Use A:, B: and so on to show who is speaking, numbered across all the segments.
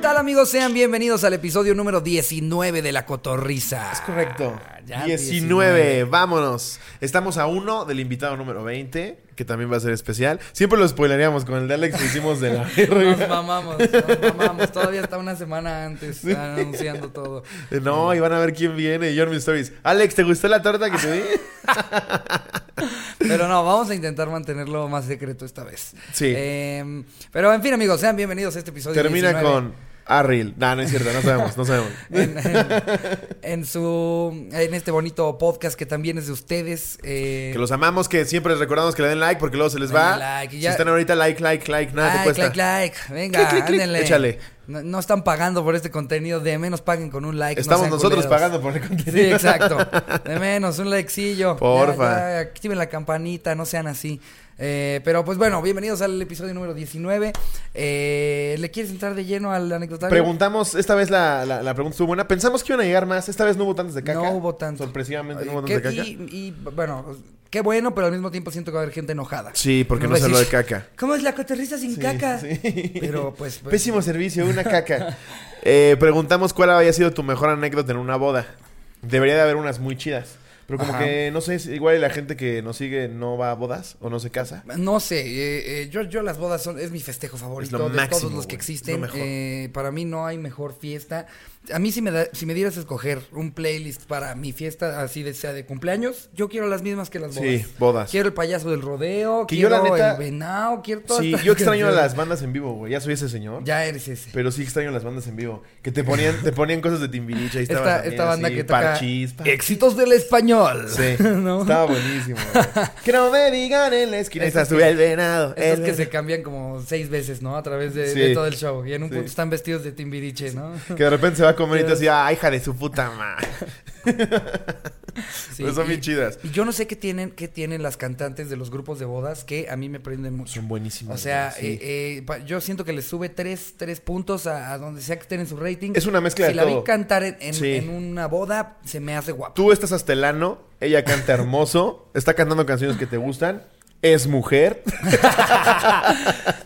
A: tal amigos? Sean bienvenidos al episodio número 19 de La Cotorrisa.
B: Es correcto.
A: Ya
B: 19, Ah, vámonos. Estamos a uno del invitado número 20, que también va a ser especial. Siempre lo spoileríamos con el de Alex que hicimos de la verga.
A: Nos mamamos, nos mamamos. Todavía está una semana antes anunciando todo.
B: No, y van a ver quién viene. Your Stories. Alex, ¿te gustó la torta que te di?
A: Pero no, vamos a intentar mantenerlo más secreto esta vez.
B: Sí.
A: Eh, pero en fin, amigos, sean bienvenidos a este episodio.
B: Termina
A: 19.
B: con Arril. No, no es cierto, no sabemos, no sabemos.
A: En, en- en su en este bonito podcast que también es de ustedes. eh,
B: Que los amamos, que siempre les recordamos que le den like porque luego se les
A: Denle
B: va.
A: like,
B: si
A: ya-
B: están ahorita, like, like, like, nada te
A: like,
B: cuesta.
A: like, like. Venga,
B: Clic, clic, clic.
A: ándenle.
B: Échale.
A: No, no están pagando por este contenido, de menos paguen con un like. no
B: Estamos
A: sean
B: nosotros
A: culeros.
B: pagando por el contenido.
A: Sí, exacto. De menos, un likecillo.
B: Porfa.
A: Ya, ya, activen la campanita, no sean así. Eh, pero pues bueno, bienvenidos al episodio número 19. Eh, ¿Le quieres entrar de lleno al anecdotario?
B: Preguntamos, esta vez la, la- la pregunta estuvo buena. Pensamos que iban a llegar más. Esta vez no hubo tantas de caca.
A: No hubo tanto.
B: Sorpresivamente no hubo
A: Qué-
B: tantas de caca.
A: y, y, bueno, qué bueno, pero al mismo tiempo siento que va a haber gente enojada.
B: Sí, porque
A: Nos
B: no
A: va a
B: se habló de
A: decir,
B: caca.
A: ¿Cómo es la coterriza sin
B: Sí,
A: caca?
B: sí.
A: Pero pues, pues,
B: Pésimo servicio, una caca. Eh, preguntamos cuál había sido tu mejor anécdota en una boda. Debería de haber unas muy chidas. Pero como
A: Ajá.
B: que, no sé, si- igual la gente que nos sigue no va a bodas o no se casa.
A: No sé, eh, eh, yo, yo las bodas son, es mi festejo favorito
B: lo
A: de
B: máximo,
A: todos los que
B: güey, es lo
A: existen.
B: mejor.
A: Eh, para mí no hay mejor fiesta. A mí si me, da- si me dieras a escoger un playlist para mi fiesta, así de, sea de cumpleaños, yo quiero las mismas que las bodas.
B: Sí, bodas.
A: Quiero el payaso del rodeo,
B: Que yo,
A: quiero
B: la neta,
A: el venado, quiero todas
B: Sí,
A: estas
B: yo extraño a
A: canciones.
B: las bandas en vivo, güey. Ya soy ese señor.
A: Ya eres ese.
B: Pero sí extraño las bandas en vivo. Que te ponían, te ponían cosas de Timbiriche. Ahí estabas
A: Esta,
B: también
A: esta banda
B: así,
A: que toca
B: Parchís. parchís.
A: éxitos del español.
B: Sí,
A: ¿no?
B: estaba buenísimo. güey. que no me digan en la esquina. Ahí
A: Esas
B: está, sube
A: que-
B: el venado.
A: Estos
B: el
A: que se
B: venado.
A: cambian como seis veces, ¿no? A través de,
B: Sí.
A: de todo el show. Y en un
B: Sí.
A: punto están vestidos de timbiriche, ¿no?
B: Que de repente se va a comer y te decía, ah, hija de su puta madre.
A: Sí,
B: Pero Pues son
A: y-
B: bien chidas.
A: Y yo no sé qué tienen, qué tienen las cantantes de los grupos de bodas que a mí me prenden mucho.
B: Son buenísimas.
A: O sea,
B: güey, sí.
A: eh, eh, pa- yo siento que les sube tres, tres puntos a, a donde sea que estén en su rating.
B: Es una mezcla
A: si
B: de
A: la
B: todo.
A: vi cantar en, en-
B: Sí.
A: en una boda, se me hace guapo.
B: tú estás astelano, ella canta hermoso, está cantando canciones que te gustan, es mujer.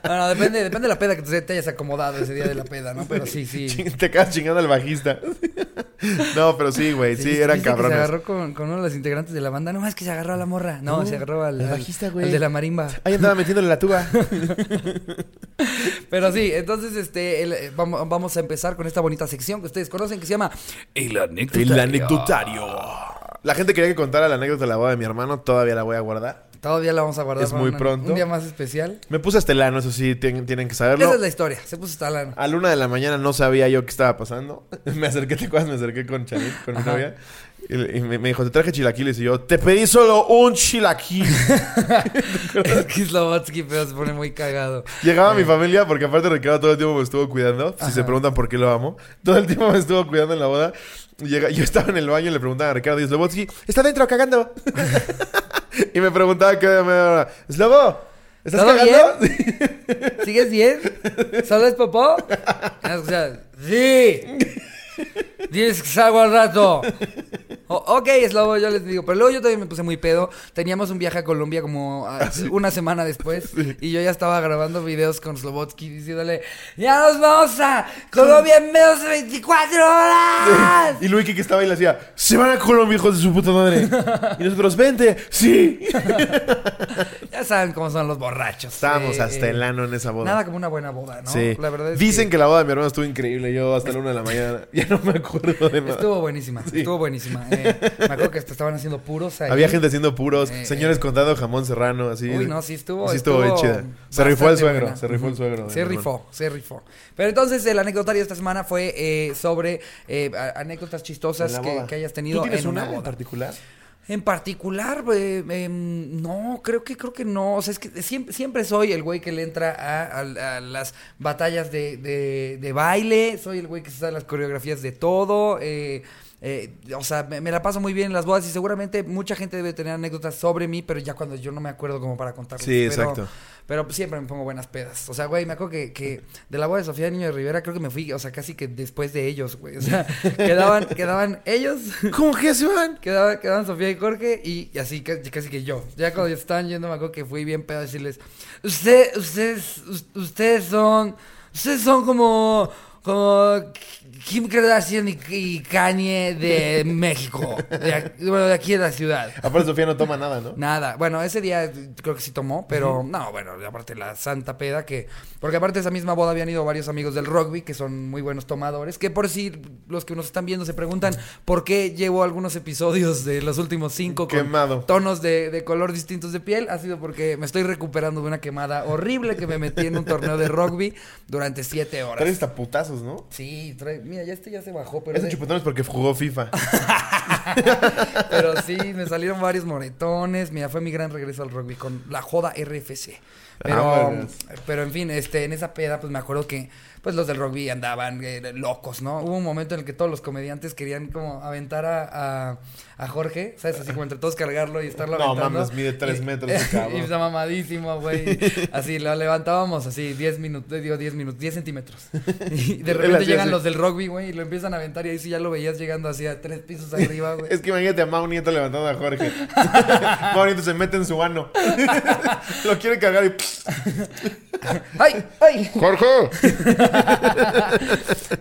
A: Bueno, depende, depende de la peda que te, te hayas acomodado ese día de la peda, ¿no? Pero sí, sí.
B: Ching- te quedas chingando al bajista. no, pero sí, güey, sí,
A: ¿Viste-
B: eran
A: viste que se
B: cabrones.
A: agarró con, con uno de los integrantes de la banda. No, es que se agarró a la morra. No,
B: No,
A: se agarró al,
B: al
A: al-
B: bajista, güey.
A: al de la marimba.
B: Ahí andaba metiéndole la tuba.
A: Pero sí, entonces este el- eh, vamos, vamos a empezar con esta bonita sección que ustedes conocen que se llama El anecdotario.
B: La gente quería que contara la anécdota de la boda de mi hermano, todavía la voy a guardar.
A: Todavía la vamos a guardar
B: Es
A: para
B: muy
A: una-
B: pronto.
A: un día más especial.
B: Me puse astelano, eso sí, tienen, tienen que saberlo.
A: Esa es la historia. Se puso talán.
B: A la una de la mañana no sabía yo qué estaba pasando. Me acerqué, ¿te acuerdas? Me acerqué con Chalet, con mi
A: Ajá.
B: novia. Y, y me, me dijo, te traje chilaquiles. Y yo, te pedí solo un chilaquil.
A: Es que Slovotsky pero se pone muy cagado.
B: Llegaba mi familia, porque aparte Ricardo todo el tiempo me estuvo cuidando. Si se preguntan por qué lo amo. Todo el tiempo me estuvo cuidando en la boda. Y llega- yo estaba en el baño y le preguntaba a Ricardo, y Slobotsky, ¿está dentro cagando? y me preguntaba qué me hora. Slobo, ¿estás
A: ¿Todo
B: cagando?
A: ¿Sigues bien? ¿Solo es popó? Ya, o sea, sí. Dices que salgo al rato. O- ok, Slobo, yo les digo. Pero luego yo también me puse muy pedo. Teníamos un viaje a Colombia como ah, una semana después. Y yo ya estaba grabando videos con Slobotsky diciéndole: ¡Ya nos vamos a Colombia en menos de 24 horas!
B: Y Luiki que estaba ahí le hacía, se van a Colombia, hijos de su puta madre. y nosotros, vente, sí.
A: Ya saben cómo son los borrachos.
B: Estábamos
A: Eh,
B: hasta
A: eh,
B: el ano en esa boda.
A: Nada como una buena boda, ¿no?
B: Sí.
A: La verdad es
B: Dicen que...
A: que
B: la boda de mi hermano estuvo increíble. Yo hasta la una de la mañana. Ya no me acuerdo de nada.
A: estuvo buenísima,
B: Sí.
A: estuvo buenísima. Eh, me acuerdo que hasta estaban haciendo puros ahí.
B: Había gente haciendo puros,
A: Eh,
B: señores contando jamón serrano, así.
A: Uy, no, sí estuvo.
B: Sí estuvo bien chida. Se rifó el
A: bastante
B: suegro,
A: buena.
B: se rifó el suegro. de
A: Se
B: mi hermano.
A: rifó, se rifó. Pero entonces el anecdotario de esta semana fue eh, sobre eh, a- anécdotas
B: En
A: chistosas
B: la
A: que,
B: boda.
A: que hayas tenido
B: ¿Tú tienes
A: en
B: una,
A: boda.
B: en particular?
A: En particular, eh, em, no, creo que creo que no. O sea, es que siempre, siempre soy el güey que le entra a, a- a las batallas de, de- de baile, soy el güey que se sabe las coreografías de todo. eh, eh, o sea, me, me la paso muy bien en las bodas y seguramente mucha gente debe tener anécdotas sobre mí, pero ya cuando yo no me acuerdo como para contarlas.
B: Sí,
A: Pero-
B: exacto.
A: Pero pues siempre me pongo buenas pedas. O sea, güey, me acuerdo que, que de la boda de Sofía Niño de Rivera creo que me fui, o sea, casi que después de ellos, güey. O sea, quedaban, quedaban ellos.
B: ¿Cómo que se van?
A: Quedaban, quedaban Sofía y Jorge y, y así ca- casi, que yo. Ya cuando ya estaban yendo me acuerdo que fui bien pedo a decirles, "Usted- ustedes, us- ustedes son, ustedes son como, como Kim Kardashian y, y Kanye de México. De aquí- bueno, de aquí de la ciudad.
B: Aparte, Sofía no toma nada, ¿no?
A: Nada, bueno, ese día eh, creo que sí tomó, pero no, bueno, aparte la santa peda que... Porque aparte de esa misma boda habían ido varios amigos del rugby que son muy buenos tomadores, que por si los que nos están viendo se preguntan por qué llevo algunos episodios de los últimos cinco con
B: Quemado.
A: tonos de, de color distintos de piel, ha sido porque me estoy recuperando de una quemada horrible que me metí en un torneo de rugby durante siete horas.
B: Traes hasta putazos, ¿no?
A: Sí, trae- mira, ya este ya se bajó, pero...
B: Ese
A: de-
B: chupetón es porque jugó FIFA.
A: Pero sí, me salieron varios moretones. Mira, fue mi gran regreso al rugby con la joda RFC. Pero,
B: Vámonos.
A: pero en fin, este, en esa peda, pues me acuerdo que pues los del rugby andaban eh, locos, ¿no? Hubo un momento en el que todos los comediantes querían como aventar a, a, a Jorge, ¿sabes? Así como entre todos cargarlo y estarlo
B: No
A: aventando.
B: mames, mide tres
A: Y-
B: metros, cabrón.
A: Y está mamadísimo, güey. Así lo levantábamos así 10 minutos, digo 10 minutos, 10 centímetros. Y de
B: Él
A: repente
B: hacía
A: llegan
B: así.
A: los del rugby, güey, y lo empiezan a aventar y ahí sí ya lo veías llegando así a tres pisos arriba, güey.
B: Es que imagínate a Mau Nieto levantando a Jorge. Mau Nieto se mete en su mano. Lo quiere cagar y.
A: ¡Ay! ¡Ay!
B: ¡Jorge!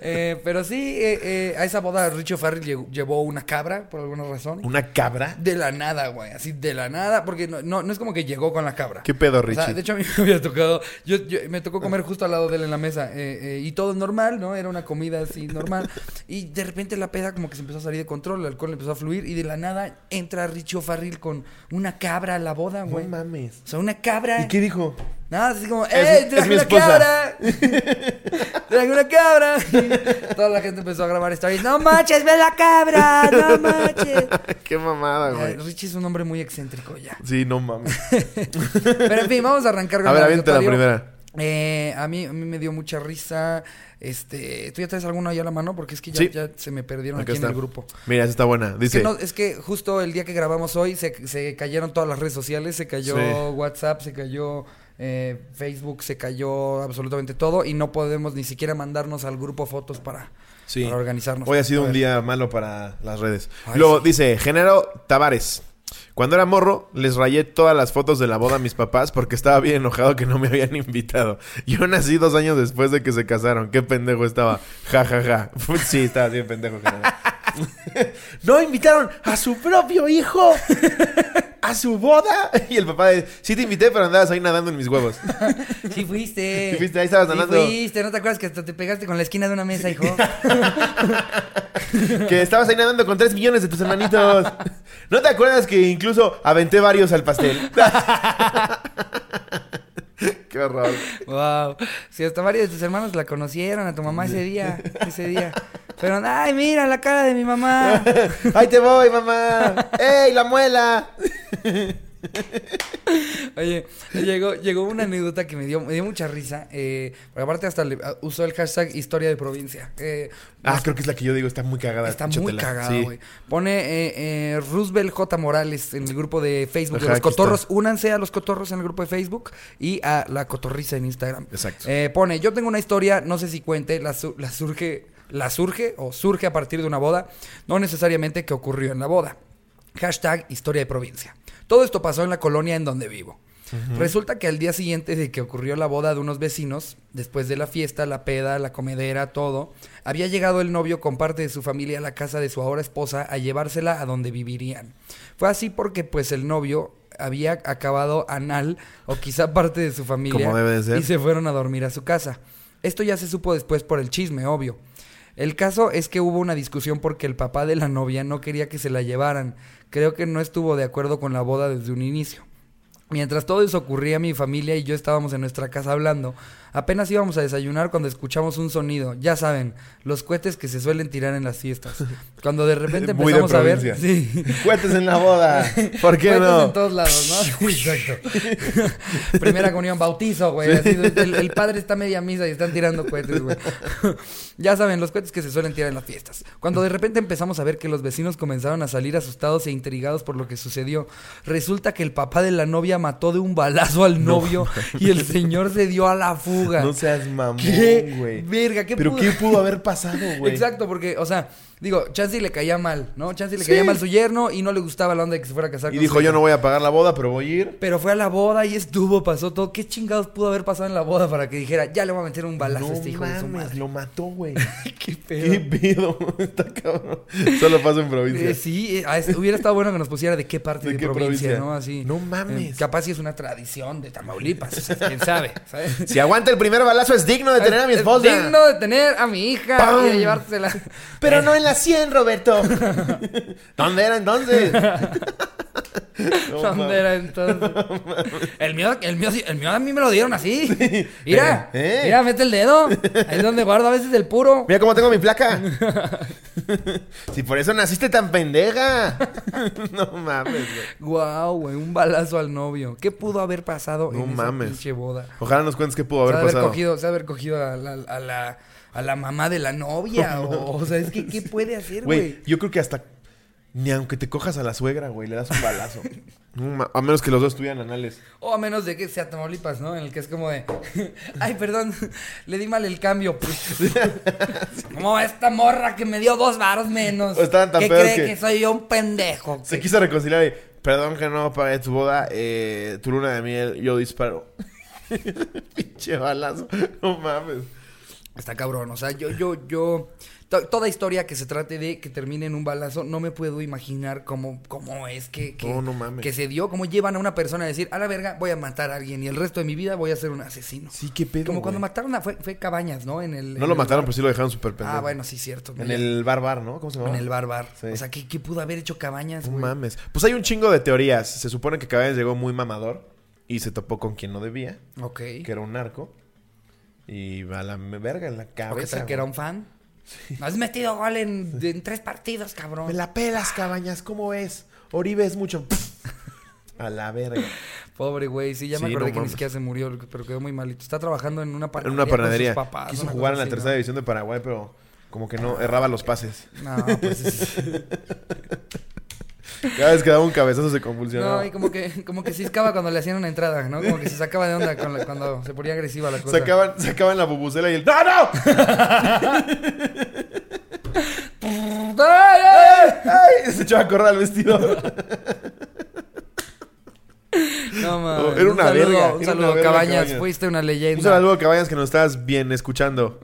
A: Eh, pero sí, eh, eh, a esa boda Richo Farrell lle- llevó una cabra, por alguna razón.
B: ¿Una cabra?
A: De la nada, güey, así de la nada, porque no, no, no es como que llegó con la cabra.
B: ¿Qué pedo,
A: O
B: Richie?
A: sea, de hecho, a mí me había tocado. Yo, yo- me tocó comer justo al lado de él en la mesa. eh, eh, y todo normal, ¿no? Era una comida así normal. Y de repente la peda como que se empezó a salir de control. El alcohol empezó a fluir. Y de la nada entra Richo Farrell con una cabra a la boda, güey. Eh.
B: no mames.
A: o sea, una cabra.
B: ¿Y qué dijo?
A: Nada, así como, ¡eh!
B: Es-
A: ¡Traje
B: es mi
A: una
B: esposa".
A: cabra! ¡Traje una cabra! Y toda la gente empezó a grabar stories. ¡No manches, ve la cabra! ¡No manches!
B: ¡Qué mamada,
A: Eh,
B: Ah, güey!
A: Richie es un hombre muy excéntrico ya.
B: Sí, no mames.
A: Pero en fin, vamos a arrancar con
B: A ver,
A: el
B: aviéntate la
A: anecdotario.
B: primera.
A: Eh, a, mí, a mí me dio mucha risa. Este, ¿Tú ya traes alguna ya a la mano? Porque es que ya,
B: Sí.
A: ya se me perdieron
B: Acá
A: aquí
B: está.
A: en el grupo.
B: Mira, esa está buena.
A: Es que,
B: Dice.
A: no- es que justo el día que grabamos hoy se, se cayeron todas las redes sociales, se cayó
B: Sí.
A: WhatsApp, se cayó eh, Facebook, se cayó absolutamente todo y no podemos ni siquiera mandarnos al grupo fotos para,
B: Sí.
A: para organizarnos.
B: Hoy ha sido
A: A
B: un
A: ver.
B: día malo para las redes.
A: Ay,
B: Luego
A: sí.
B: dice Genaro Tavares. Cuando era morro, les rayé todas las fotos de la boda a mis papás porque estaba bien enojado que no me habían invitado. Yo nací dos años después de que se casaron. Qué pendejo estaba. Ja, ja, ja. Sí, estaba bien pendejo. Genaro. no invitaron a su propio hijo a su boda. Y el papá dice, sí te invité, pero andabas ahí nadando en mis huevos.
A: Sí fuiste.
B: Sí fuiste, ahí estabas nadando.
A: Sí fuiste, ¿no te acuerdas que hasta te pegaste con la esquina de una mesa, hijo?
B: Que estabas ahí nadando con tres millones de tus hermanitos. ¿No te acuerdas que incluso aventé varios al pastel? Qué horror.
A: wow. Si hasta varios de tus hermanos la conocieron a tu mamá ese día, ese día. Pero, ay, mira la cara de mi mamá.
B: Ahí te voy, mamá. ¡Ey, la muela!
A: Oye, llegó, llegó una anécdota que me dio, me dio mucha risa. Eh, porque aparte hasta le- ah, usó el hashtag historia de provincia. Eh,
B: Ah, creo que es la que yo digo, está muy cagada.
A: está muy
B: Chótela.
A: cagada,
B: Sí.
A: güey. Pone eh, eh, Roosevelt J. Morales en el grupo de Facebook de
B: Ajá,
A: los
B: aquí
A: cotorros.
B: está.
A: Únanse a los cotorros en el grupo de Facebook y a la cotorriza en Instagram.
B: Exacto.
A: Eh, pone, yo tengo una historia, no sé si cuente, la, su- la surge, la surge o surge a partir de una boda, no necesariamente que ocurrió en la boda. Hashtag historia de provincia. Todo esto pasó en la colonia en donde vivo. Resulta que al día siguiente de que ocurrió la boda de unos vecinos, después de la fiesta, la peda, la comedera, todo, había llegado el novio con parte de su familia a la casa de su ahora esposa a llevársela a donde vivirían. Fue así porque pues el novio había acabado anal o quizá parte de su familia
B: Como debe de ser.
A: y se fueron a dormir a su casa. Esto ya se supo después por el chisme, obvio. El caso es que hubo una discusión porque el papá de la novia no quería que se la llevaran. Creo que no estuvo de acuerdo con la boda desde un inicio. Mientras todo eso ocurría, mi familia y yo estábamos en nuestra casa hablando. Apenas íbamos a desayunar cuando escuchamos un sonido. Ya saben, los cohetes que se suelen tirar en las fiestas. Cuando de repente
B: Muy de
A: empezamos a ver...
B: provincia.
A: Sí.
B: Cuetes en la boda. ¿Por qué
A: Cohetes
B: no?
A: en todos lados, ¿no? Exacto. Primera comunión, bautizo, güey. Así, El, el padre está a media misa y están tirando cohetes, güey. ya saben, los cohetes que se suelen tirar en las fiestas. Cuando de repente empezamos a ver que los vecinos comenzaron a salir asustados e intrigados por lo que sucedió, resulta que el papá de la novia mató de un balazo al novio y el señor se dio a la fuga.
B: No seas mamón,
A: ¿Qué?
B: güey.
A: Verga, ¿qué
B: Pero
A: pudo-
B: ¿qué pudo haber pasado, güey?
A: Exacto, porque, o sea, digo, Chansey le caía mal, ¿no? Chansey le
B: Sí.
A: caía mal su yerno y no le gustaba la onda de que se fuera a casar
B: Y
A: con
B: dijo,
A: su
B: yo
A: yerno.
B: no voy a pagar la boda, pero voy a ir.
A: Pero fue a la boda y estuvo, pasó todo. ¿Qué chingados pudo haber pasado en la boda para que dijera, ya le voy a meter un balazo a este hijo de su madre? Eh,
B: lo mató, güey.
A: Qué
B: ¿Qué pedo? Está cabrón. Solo pasa en provincia.
A: Eh, sí, eh, a es- hubiera estado bueno que nos pusiera de qué parte
B: ¿De
A: de,
B: qué
A: provincia,
B: provincia?
A: ¿no? Así.
B: No mames.
A: Eh, capaz si es una tradición de Tamaulipas, o sea, quién sabe, ¿sabes?
B: Si aguanta el primer balazo es digno de tener a mi
A: Es
B: esposa.
A: Digno eh. de tener a mi hija
B: ¡Pam!
A: y de llevársela.
B: Pero no en la 100, Roberto. ¿Dónde era entonces? No,
A: ¿Dónde era entonces? el, mío, el, mío, sí- el mío a mí me lo dieron así. Mira,
B: Eh, eh.
A: mira, mete el dedo. Ahí es donde guardo a veces el puro.
B: Mira cómo tengo mi placa. si por eso naciste tan pendeja. no mames, güey.
A: Guau, güey, un balazo al novio. ¿Qué pudo haber pasado
B: No
A: en
B: mames.
A: esa pinche boda?
B: Ojalá nos cuentes qué pudo
A: Se
B: haber
A: ha de haber
B: pasado.
A: cogido, se ha de haber cogido a la, a la, a la mamá de la novia. o, o sea, es que ¿qué puede hacer,
B: Güey,
A: güey?
B: yo creo que hasta. Ni aunque te cojas a la suegra, güey, le das un balazo. No ma- a menos que los dos estuvieran anales.
A: O a menos de que sea Tamaulipas, ¿no? En el que es como de, ay, perdón, le di mal el cambio. como esta morra que me dio dos varos menos.
B: O estaban tan
A: ¿Qué
B: pedos
A: cree
B: que-
A: que... soy yo un pendejo?
B: Se
A: Que-
B: quiso reconciliar y. Perdón que no pagué tu boda, eh, tu luna de miel, yo disparo. Pinche balazo. No mames.
A: Está cabrón, o sea, yo, yo, yo... to- Toda historia que se trate de que termine en un balazo, no me puedo imaginar cómo, cómo es que, que,
B: No, no mames.
A: que se dio, cómo llevan a una persona a decir, a la verga, voy a matar a alguien y el resto de mi vida voy a ser un asesino.
B: Sí, qué pedo.
A: Como cuando
B: güey.
A: mataron a... Fue, fue Cabañas, ¿no? En el,
B: No
A: en
B: lo
A: el-
B: mataron, pero sí lo dejaron súper pendejo.
A: Ah, bueno, sí, cierto.
B: En
A: mira.
B: el bar bar, ¿no? ¿Cómo se
A: En
B: llama?
A: el barbar.
B: Sí.
A: O sea, ¿qué, qué pudo haber hecho Cabañas,
B: No
A: güey?
B: mames. Pues hay un chingo de teorías. Se supone que Cabañas llegó muy mamador y se topó con quien no debía,
A: Ok.
B: que era un narco. Y a la me- verga en la
A: ¿O qué
B: cabeza.
A: tal que era un fan? Has metido gol en, en tres partidos, cabrón.
B: Me la pelas, Cabañas, ¿cómo es? Oribe es mucho. a la verga.
A: Pobre güey, sí, ya me
B: Sí,
A: acordé
B: no
A: que ni
B: mames.
A: siquiera se murió, pero quedó muy malito. Está trabajando en una
B: En
A: panadería.
B: una panadería.
A: Con sus papás,
B: Quiso
A: una
B: jugar en
A: cosa
B: la
A: así,
B: tercera división de Paraguay, pero como que no, erraba los pases.
A: ¿no? No, pues es-
B: Cada vez que daba un cabezazo se convulsionaba.
A: no, y como que, como que ciscaba cuando le hacían una entrada, ¿no? Como que se sacaba de onda con la- cuando se ponía agresiva la cosa.
B: Sacaban, sacaban la bubucela y el ¡No, no!
A: ¡Ay, ay!
B: ¡Ay! Se echaba a correr al vestido.
A: No, mames.
B: Era
A: un
B: una
A: saludo, Un
B: verga, era una
A: saludo,
B: verga,
A: Cabañas.
B: Cabañas.
A: Fuiste una leyenda.
B: Un saludo a Cabañas que nos estás bien escuchando.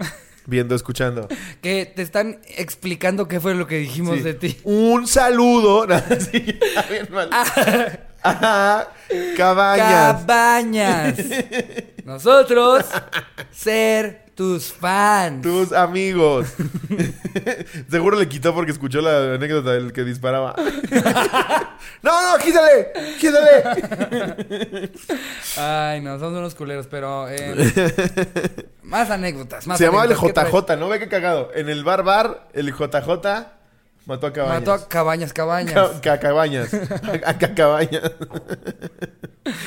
B: Viendo, escuchando.
A: Que te están explicando qué fue lo que dijimos
B: Sí.
A: de ti. Ah.
B: Un saludo. Nada, sí, está bien mal. Ajá. Cabañas.
A: Cabañas. Nosotros ser tus fans.
B: Tus amigos. Seguro le quitó porque escuchó la anécdota del que disparaba. no, no, quítale. Quítale.
A: Ay, no, somos unos culeros, pero eh, más anécdotas, más
B: Se llamaba el
A: anécdotas. ¿Qué
B: JJ, ¿no? Ve que cagado. En el bar bar, el JJ mató
A: traes?
B: a Cabañas.
A: Mató a Cabañas, Cabañas.
B: Ca- Cacabañas. A Cacabañas.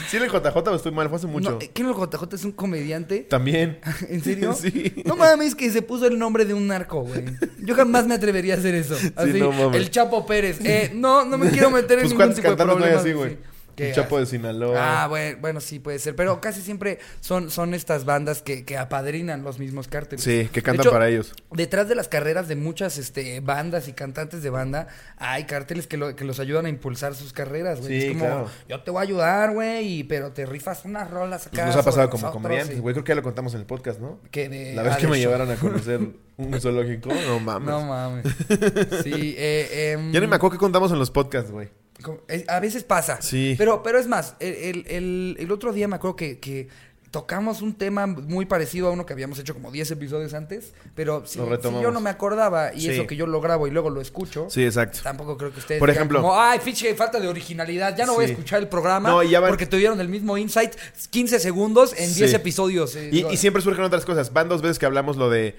B: ¿Sí era el JJ o estoy mal? Fue hace mucho.
A: No, eh, ¿Quién el JJ es un comediante?
B: También.
A: ¿En serio?
B: Sí.
A: No mames que se puso el nombre de un narco, güey. Yo jamás me atrevería a hacer eso. Así,
B: no mames.
A: el Chapo Pérez. Eh, no, no me quiero meter en
B: Pues
A: ningún
B: cuántos
A: tipo de
B: cantantes no hay
A: problema.
B: así, güey.
A: Sí. Que-
B: El Chapo de Sinaloa.
A: Ah, bueno, bueno, sí puede ser. Pero casi siempre son, son estas bandas que, que apadrinan los mismos cárteles.
B: sí, que
A: De
B: cantan
A: hecho,
B: para ellos.
A: Detrás de las carreras de muchas este, bandas y cantantes de banda, hay cárteles que, lo- que los ayudan a impulsar sus carreras, güey.
B: Sí,
A: es como,
B: claro.
A: yo te voy a ayudar, güey, y- pero te rifas unas rolas acá.
B: Pues nos ha pasado
A: sobre
B: como
A: nosotros,
B: comediantes,
A: y-
B: güey. Creo que ya lo contamos en el podcast, ¿no?
A: que de-
B: La vez
A: ah,
B: que
A: de
B: me
A: hecho.
B: llevaron a conocer un zoológico. No mames.
A: No mames. Sí, eh, em,
B: ya ni me acuerdo qué contamos en los podcasts, güey.
A: Como- es- A veces pasa.
B: Sí.
A: Pero, pero es más, el, el- el- el otro día me acuerdo que, que tocamos un tema muy parecido a uno que habíamos hecho como 10 episodios antes, pero si,
B: Lo
A: si
B: retomamos.
A: yo no me acordaba y
B: Sí.
A: eso que yo lo grabo y luego lo escucho,
B: Sí, exacto.
A: tampoco creo que ustedes...
B: Por
A: digan
B: ejemplo-
A: como, Ay, fiche, falta de originalidad, ya no voy a
B: Sí.
A: escuchar el programa
B: No, y ya van-
A: porque tuvieron el mismo insight 15 segundos en 10
B: Sí.
A: episodios. eh,
B: Y,
A: digo,
B: y siempre surgen otras cosas. Van dos veces que hablamos lo de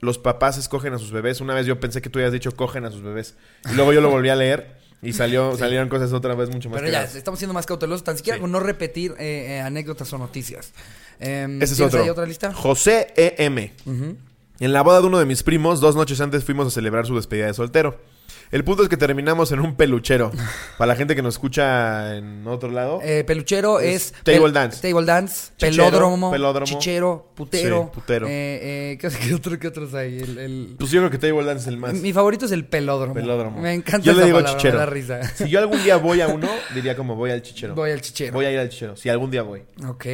B: los papás escogen a sus bebés. Una vez yo pensé que tú habías dicho cogen a sus bebés. Y luego yo lo volví a leer y salió, salieron cosas otra vez mucho más
A: Pero ya,
B: claras.
A: estamos siendo más cautelosos, tan siquiera
B: Sí.
A: con no repetir eh, eh, anécdotas o noticias. Em,
B: Ese es
A: ¿tienes
B: otro.
A: ahí otra lista?
B: José E E.M. En la boda de uno de mis primos, dos noches antes fuimos a celebrar su despedida de soltero. El punto es que terminamos en un peluchero. Para la gente que nos escucha en otro lado.
A: Eh, peluchero es...
B: Es table
A: pel-
B: dance.
A: Table dance,
B: Chichero,
A: pelódromo,
B: pelódromo.
A: chichero, putero.
B: Sí, putero.
A: Eh, eh, ¿qué, qué otro- qué otros hay? El- el-
B: Pues yo creo que Table Dance es el más.
A: Mi favorito es el pelódromo.
B: Pelódromo.
A: Me encanta
B: Yo le
A: esa
B: digo
A: palabra,
B: chichero.
A: me da risa.
B: Si yo algún día voy a uno, diría como voy al chichero.
A: Voy al chichero.
B: Voy a ir al chichero. Si algún día voy.
A: Ok.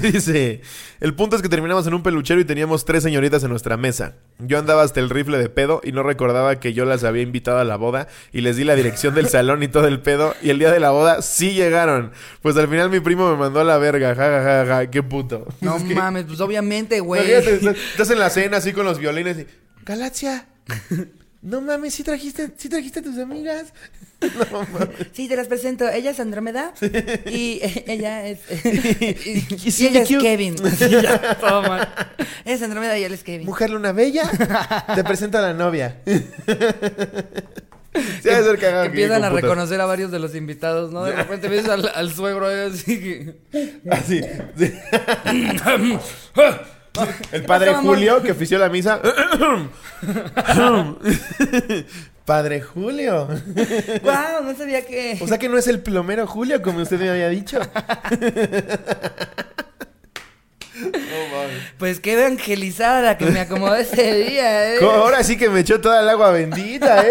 B: Dice, el punto es que terminamos en un peluchero y teníamos tres señoritas en nuestra mesa. Yo andaba hasta el rifle de pedo y no recordaba que yo las había invitado a la boda y les di la dirección del salón y todo el pedo y el día de la boda sí llegaron. Pues al final mi primo me mandó a la verga, ja, ja, ja, ja, qué puto.
A: No
B: Es que-
A: mames, pues obviamente, güey.
B: Imagínate, estás, estás en la cena así con los violines y, Galaxia, no mames, sí trajiste, sí trajiste a tus amigas. No mames.
A: Sí, te las presento. Ella es Andrómeda y eh, ella es. y,
B: y-
A: y
B: sí,
A: ella es
B: cute.
A: Kevin. Sí, ya, todo mal. Ella es Andrómeda y él es Kevin.
B: Mujer Luna Bella, te presento a la novia. Se ha de
A: Que
B: ser cagado que llegue
A: empiezan
B: con
A: a
B: putas.
A: reconocer a varios de los invitados, ¿no? De repente ves al, al suegro ahí así que.
B: Así. Ah, sí. El padre
A: pasó, amor?
B: Julio que ofició la misa. padre Julio.
A: ¡Wow! No sabía que.
B: O sea que no es el plomero Julio, como usted me había dicho.
A: Pues qué evangelizada la que me acomodó ese día, ¿eh?
B: Co- Ahora sí que me echó toda el agua bendita, ¿eh?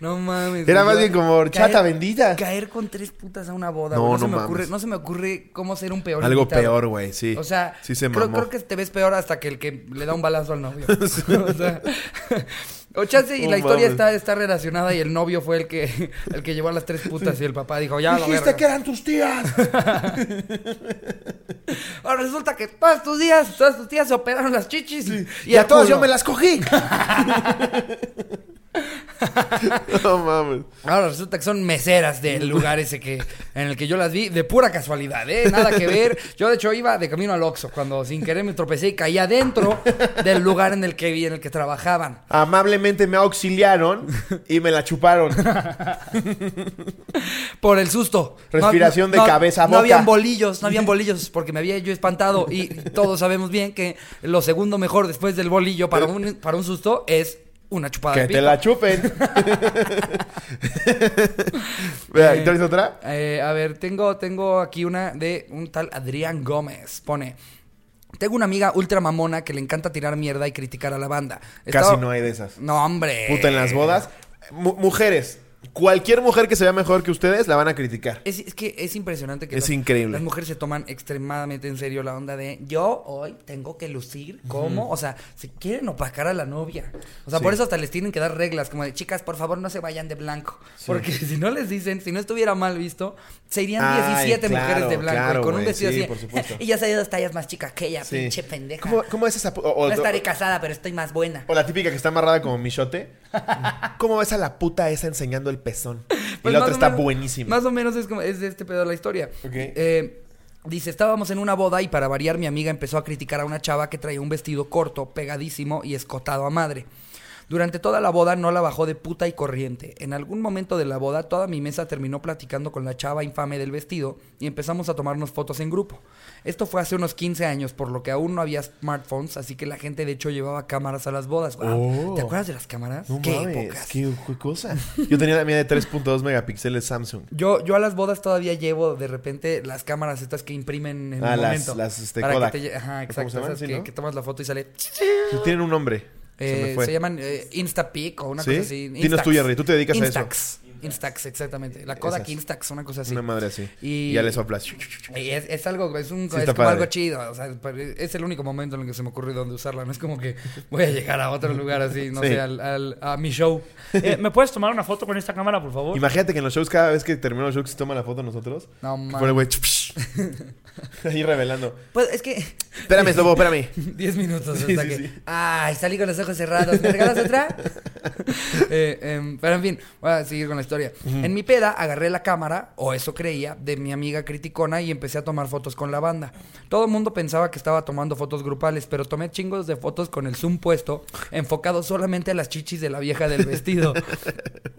A: No mames.
B: Era
A: güey,
B: más
A: yo-
B: bien como horchata
A: caer-
B: bendita.
A: Caer con tres putas a una boda,
B: No,
A: güey. No, se
B: no
A: me
B: mames.
A: ocurre, no se me ocurre cómo ser un peor
B: Algo
A: invitado.
B: peor, güey, sí.
A: O sea,
B: sí se
A: creo,
B: mamó.
A: creo que te ves peor hasta que el que le da un balazo al novio. o sea, o chance y
B: No
A: la historia
B: mames.
A: está, está relacionada y el novio fue el que el que llevó a las tres putas y el papá dijo, ya lo
B: Dijiste que eran tus tías.
A: Ahora resulta que todas tus días, todas tus tías se operaron las chichis.
B: Y, a todos yo me
A: las...
B: las cogí. no mames.
A: Ahora resulta que son meseras del lugar ese que en el que yo las vi de pura casualidad, ¿eh? Nada que ver. Yo de hecho iba de camino al Oxxo cuando sin querer me tropecé y caí adentro del lugar en el que vi, en el que trabajaban.
B: Amablemente me auxiliaron y me la chuparon.
A: Por el susto.
B: Respiración de cabeza a
A: No
B: boca.
A: habían bolillos, no habían bolillos, porque me había yo espantado. Y todos sabemos bien que lo segundo mejor después del bolillo para un, para un susto es una chupada
B: que
A: de
B: te
A: pito.
B: la chupen. Vea, ¿y traes otra?
A: Eh, a ver, tengo, tengo aquí una de un tal Adrián Gómez. Pone. Tengo una amiga ultra mamona que le encanta tirar mierda y criticar a la banda.
B: Casi no hay de esas.
A: No, hombre.
B: Puta, en las bodas. Mu- mujeres. Cualquier mujer que se vea mejor que ustedes la van a criticar.
A: Es, es que es impresionante que
B: Es increíble.
A: las mujeres se toman extremadamente en serio la onda de yo hoy tengo que lucir como, o sea, se quieren opacar a la novia. O sea,
B: Sí.
A: por eso hasta les tienen que dar reglas como de chicas, por favor, no se vayan de blanco, porque si no les dicen, si no estuviera mal visto, se irían
B: Ay,
A: 17
B: claro,
A: mujeres de blanco
B: claro,
A: y con un
B: güey,
A: vestido
B: sí,
A: así.
B: por supuesto.
A: Ella se ha ido dos tallas más chica que ella,
B: Sí.
A: pinche pendeja.
B: ¿Cómo, cómo es esa? pu- o- o-
A: no estaré casada, pero estoy más buena.
B: O la típica que está amarrada como michote. ¿Cómo ves a la puta esa enseñando el pezón? Y
A: Pues
B: la
A: más
B: otra
A: o
B: está
A: menos-
B: buenísima.
A: Más o menos es, como, es de este pedo la historia.
B: Ok.
A: Eh, dice, estábamos en una boda y para variar mi amiga empezó a criticar a una chava que traía un vestido corto, pegadísimo y escotado a madre. Durante toda la boda no la bajó de puta y corriente. En algún momento de la boda toda mi mesa terminó platicando con la chava infame del vestido y empezamos a tomarnos fotos en grupo. Esto fue hace unos 15 años, por lo que aún no había smartphones, así que la gente de hecho llevaba cámaras a las bodas. Guau,
B: Oh.
A: ¿Te acuerdas de las cámaras?
B: No
A: Qué
B: mames,
A: épocas.
B: qué, qué cosa. Yo tenía la mía de 3.2 megapíxeles Samsung.
A: Yo, yo a las bodas todavía llevo de repente las cámaras estas que imprimen en
B: Ah,
A: el
B: las-
A: momento.
B: las, este,
A: para que
B: Kodak.
A: te lle- Ajá,
B: ¿O cómo
A: exacto.
B: se llaman?
A: esas
B: Sí,
A: que,
B: ¿no?
A: que tomas la foto y sale.
B: Tienen un nombre. se
A: Eh,
B: me
A: se,
B: fue.
A: llaman eh, Instapic o una
B: ¿Sí?
A: cosa así.
B: Dinos tú, Jerry, tú te dedicas a eso.
A: Instax. Instax, exactamente. La Kodak
B: Esas.
A: Instax, una cosa así.
B: Una madre así.
A: Y-
B: Y ya le soplas.
A: Y es, es algo, es, un,
B: Sí,
A: es
B: está
A: como
B: padre.
A: algo chido. O sea, pero es el único momento en el que se me ocurrió donde usarla. No es como que voy a llegar a otro lugar así, no
B: Sí.
A: sé, al, al- a mi show.
C: Eh, ¿Me puedes tomar una foto con esta cámara, por favor?
B: Imagínate que en los shows, cada vez que terminamos los shows, se toma la foto nosotros.
A: No
B: Que
A: mames.
B: pone, güey. Ahí revelando.
A: Pues es que
B: Espérame, Slobo, espérame.
A: 10 minutos
B: Sí,
A: hasta
B: sí,
A: que.
B: sí.
A: Ay, salí con los ojos cerrados. ¿Me regalas otra? Eh, em, pero en fin, voy a seguir con la historia. En mi peda agarré la cámara, o eso creía, de mi amiga criticona y empecé a tomar fotos con la banda. Todo el mundo pensaba que estaba tomando fotos grupales, pero tomé chingos de fotos con el zoom puesto, enfocado solamente a las chichis de la vieja del vestido.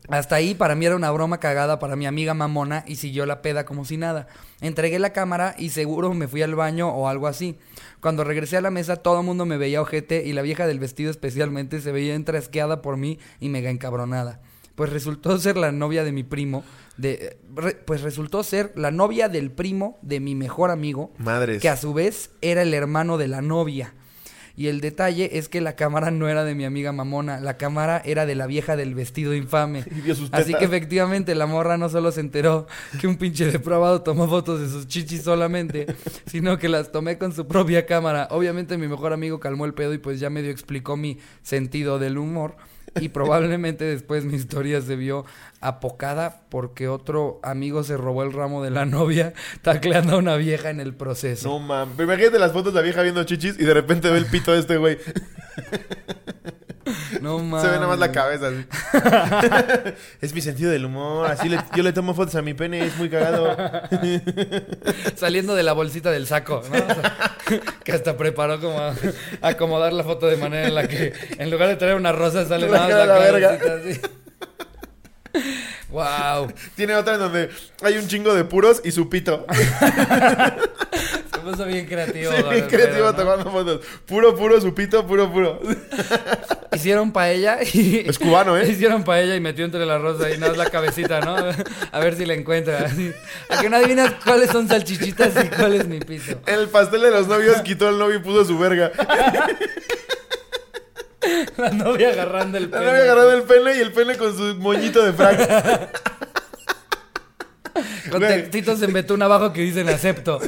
A: Hasta ahí para mí era una broma cagada para mi amiga mamona y siguió la peda como si nada. Entregué la cámara y seguro me fui al baño o algo así. Cuando regresé a la mesa todo el mundo me veía ojete y la vieja del vestido especialmente se veía entrasqueada por mí y mega encabronada. Pues resultó ser la novia de mi primo, de, re- pues resultó ser la novia del primo de mi mejor amigo,
B: Madres.
A: que a su vez era el hermano de la novia. Y el detalle es que la cámara no era de mi amiga mamona, la cámara era de la vieja del vestido infame.
B: Y vio sus
A: Así
B: tetas.
A: que efectivamente la morra no solo se enteró que un pinche depravado tomó fotos de sus chichis solamente, sino que las tomé con su propia cámara. Obviamente mi mejor amigo calmó el pedo y pues ya medio explicó mi sentido del humor. Y probablemente después mi historia se vio apocada porque otro amigo se robó el ramo de la novia tacleando a una vieja en el proceso.
B: No mames. Pero Imagínate las fotos de la vieja viendo chichis y de repente ve el pito de este güey.
A: No, mames.
B: Se ve nada más la cabeza. así. es mi sentido del humor. Así le- yo le tomo fotos a mi pene, es muy cagado.
A: Saliendo de la bolsita del saco, ¿no? O sea, que hasta preparó como a- acomodar la foto de manera en la que en lugar de traer una rosa sale nada más
B: La
A: la,
B: verga.
A: cabecita así. Wow.
B: Tiene otra en donde hay un chingo de puros y su pito.
A: Se puso bien creativo.
B: Sí,
A: con
B: bien
A: el pedo,
B: creativo
A: ¿no?
B: tomando fotos. Puro, puro, su pito, puro, puro.
A: Hicieron paella y.
B: Es cubano, ¿eh?
A: Hicieron paella y metió entre la rosa y nada más la cabecita, ¿no? A ver si la encuentra. así. A que no adivinas cuáles son salchichitas y cuál es mi pito.
B: En el pastel de los novios quitó el novio y puso su verga.
A: La novia agarrando el
B: La
A: pelo.
B: novia agarrando el pene y el pene con su moñito de frac.
A: Con
B: Güey.
A: textitos en betún abajo que dicen acepto.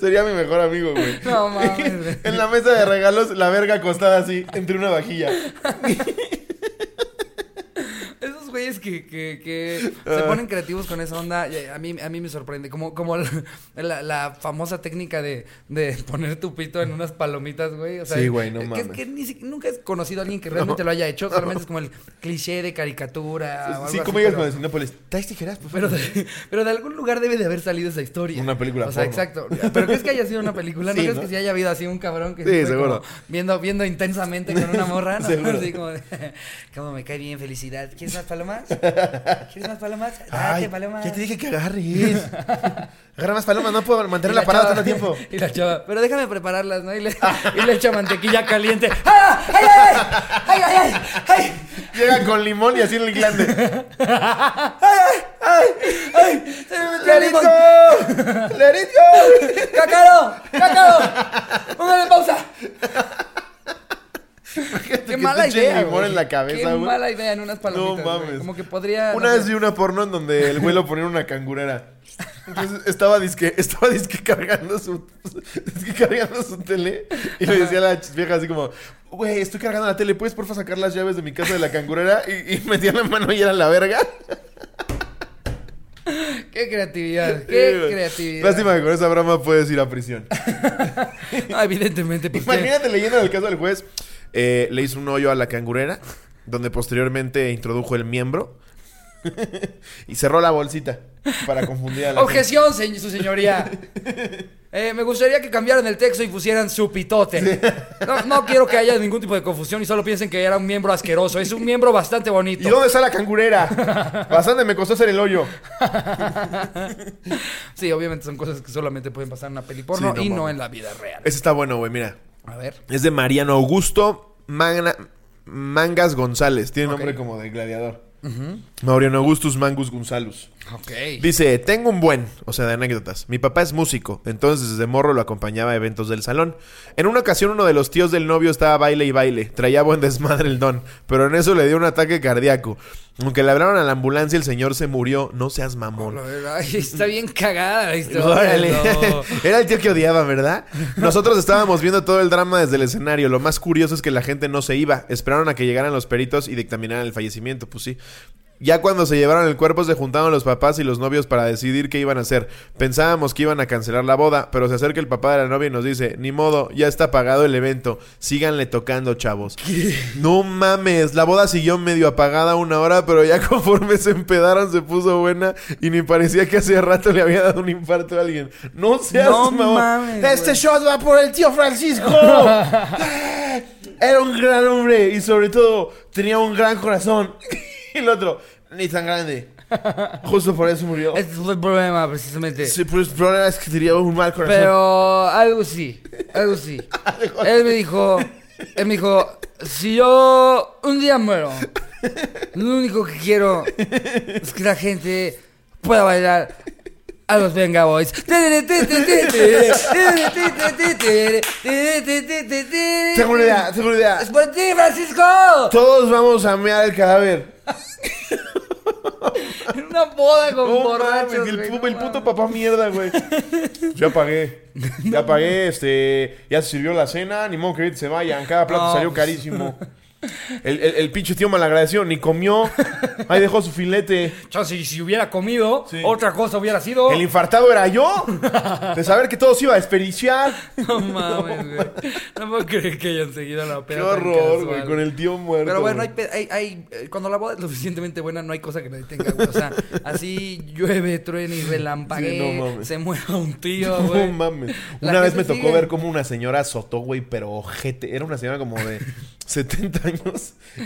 B: Sería mi mejor amigo, güey.
A: No mames. güey.
B: En la mesa de regalos, la verga acostada así, entre una vajilla.
A: Esos güeyes que, que, que se
B: Ah.
A: ponen creativos con esa onda, y a mí, a mí me sorprende. Como, como la, la- la famosa técnica de, de poner tu pito en unas palomitas, güey. O sea,
B: Sí, güey, no
A: que-
B: mames.
A: Que, ni si- nunca he conocido a alguien que realmente lo haya hecho. Solamente es como el cliché de caricatura. o algo
B: Sí,
A: así,
B: como digas
A: pero-
B: con el Sinópolis. ¿Traes tijeras? por
A: pero
B: favor?
A: de, pero de algún lugar debe de haber salido esa historia.
B: Una película
A: O sea,
B: porno.
A: exacto. Pero crees que haya sido una película, no
B: Sí,
A: crees
B: ¿no?
A: que sí haya habido así un cabrón que
B: Sí,
A: esté
B: seguro.
A: como viendo, viendo intensamente con una morra, ¿no?
B: Seguro.
A: Así como, de, como me cae bien, felicidad. ¿Quieres más palomas? ¿Quieres más palomas? Date,
B: Ay,
A: palomas.
B: ya te dije que agarres. Agarra más palomas, no puedo
A: Y
B: mantener la parada
A: chava-
B: tanto tiempo.
A: Y la chava, pero déjame prepararlas, ¿no? Y le, y le echa mantequilla caliente. ¡Ah! ¡Ay, ay, ay! ¡Ay, ay, ay! ¡Ay!
B: Llega con limón y así en el glande.
A: ¡Ay! ¡Se me metió el
B: ¡Let it
A: limón!
B: go! ¡Let it go!
A: ¡Cacao! ¡Cacao! ¡Póngale pausa!
B: Fíjate
A: Qué
B: que
A: mala
B: te echen
A: idea.
B: limón
A: güey.
B: en la cabeza,
A: Qué
B: güey.
A: mala idea en unas palomitas.
B: No
A: güey.
B: mames.
A: Como que podría.
B: Una
A: no
B: vez
A: sé.
B: vi una porno en donde el güey lo ponía en una cangurera. Entonces estaba disque, estaba disque cargando su disque cargando su tele y le decía a la ch- vieja así como, güey, estoy cargando la tele, ¿puedes porfa sacar las llaves de mi casa de la cangurera? Y, y metía la mano y era la verga.
A: Qué creatividad.
B: Sí,
A: Qué
B: güey.
A: creatividad.
B: Lástima que con esa broma puedes ir a prisión.
A: No, evidentemente, pues. ¿qué?
B: Imagínate leyendo el caso del juez. eh, le hizo un hoyo a la cangurera, donde posteriormente introdujo el miembro y cerró la bolsita para confundir a la gente.
A: Objeción, señ- su señoría. Eh, me gustaría que cambiaran el texto y pusieran su pitote. No, no quiero que haya ningún tipo de confusión y solo piensen que era un miembro asqueroso. Es un miembro bastante
B: ¿Y
A: bonito.
B: dónde está la cangurera? Bastante me costó hacer el hoyo.
A: Sí, obviamente son cosas que solamente pueden pasar en una peli porno
B: Sí, no
A: y no
B: mames.
A: en la vida real.
B: Ese está bueno, güey, mira.
A: A ver.
B: Es de Mariano Augusto Magna- Mangas González. Tiene
A: Ok.
B: nombre como de gladiador. Mariano Augustus Mangus González.
A: Ok.
B: Dice, tengo un buen, o sea, de anécdotas. Mi papá es músico, entonces desde morro lo acompañaba a eventos del salón. En una ocasión uno de los tíos del novio estaba baile y baile, traía buen desmadre el don, pero en eso le dio un ataque cardíaco. Aunque le hablaron a la ambulancia, el señor se murió, no seas mamón.
A: A ver, ay, está bien cagada la historia.
B: Órale.
A: no.
B: Era el tío que odiaba, ¿verdad? Nosotros estábamos viendo todo el drama desde el escenario. Lo más curioso es que la gente no se iba. Esperaron a que llegaran los peritos y dictaminaran el fallecimiento, pues sí. Ya cuando se llevaron el cuerpo se juntaron los papás y los novios para decidir qué iban a hacer. Pensábamos que iban a cancelar la boda, pero se acerca el papá de la novia y nos dice, ni modo, ya está pagado el evento, síganle tocando chavos. No mames, la boda siguió medio apagada una hora, pero ya conforme se empedaron se puso buena y ni parecía que hace rato le había dado un infarto a alguien. No seas
A: No
B: mamón.
A: mames,
B: Este
A: güey.
B: shot va por el tío Francisco. Era un gran hombre y sobre todo tenía un gran corazón. Y el otro, ni tan grande. Justo por eso murió.
A: Este fue el problema, precisamente.
B: Sí, pues el problema es que tenía un mal corazón.
A: Pero algo sí, algo sí. él me dijo, él me dijo, si yo un día muero, lo único que quiero es que la gente pueda bailar a los Venga Boys.
B: Tengo
A: Tengo
B: una idea, tengo una idea.
A: ¡Es por ti, Francisco!
B: Todos vamos a mear el cadáver.
A: En una boda con
B: No
A: borrachos.
B: mames, el,
A: güey,
B: pu-
A: no
B: el puto
A: mames.
B: papá mierda, güey. Ya pagué. Ya pagué, este. Ya se sirvió la cena, ni modo que se vayan. Cada plato
A: No,
B: salió
A: pues.
B: carísimo. El, el- el pinche tío malagradecido ni comió. Ahí dejó su filete.
A: Chance, y si hubiera comido,
B: Sí.
A: otra cosa hubiera sido.
B: El infartado era yo. De saber que todo se iba a desperdiciar.
A: No mames, güey. No puedo creer que hayan seguido la
B: Qué
A: pena. tan
B: horror, güey,
A: casual.
B: con el tío muerto.
A: Pero bueno, hay,
B: güey.
A: pe- hay- hay, eh, cuando la boda es lo suficientemente buena, no hay cosa que la detenga, güey. O sea, así llueve, truena y relampaguee,
B: Sí, no mames.
A: se muera un tío,
B: No
A: güey.
B: mames.
A: La
B: Una vez me
A: gente
B: tocó
A: sigue.
B: ver cómo una señora azotó, güey, pero ojete. Era una señora como de 70 años.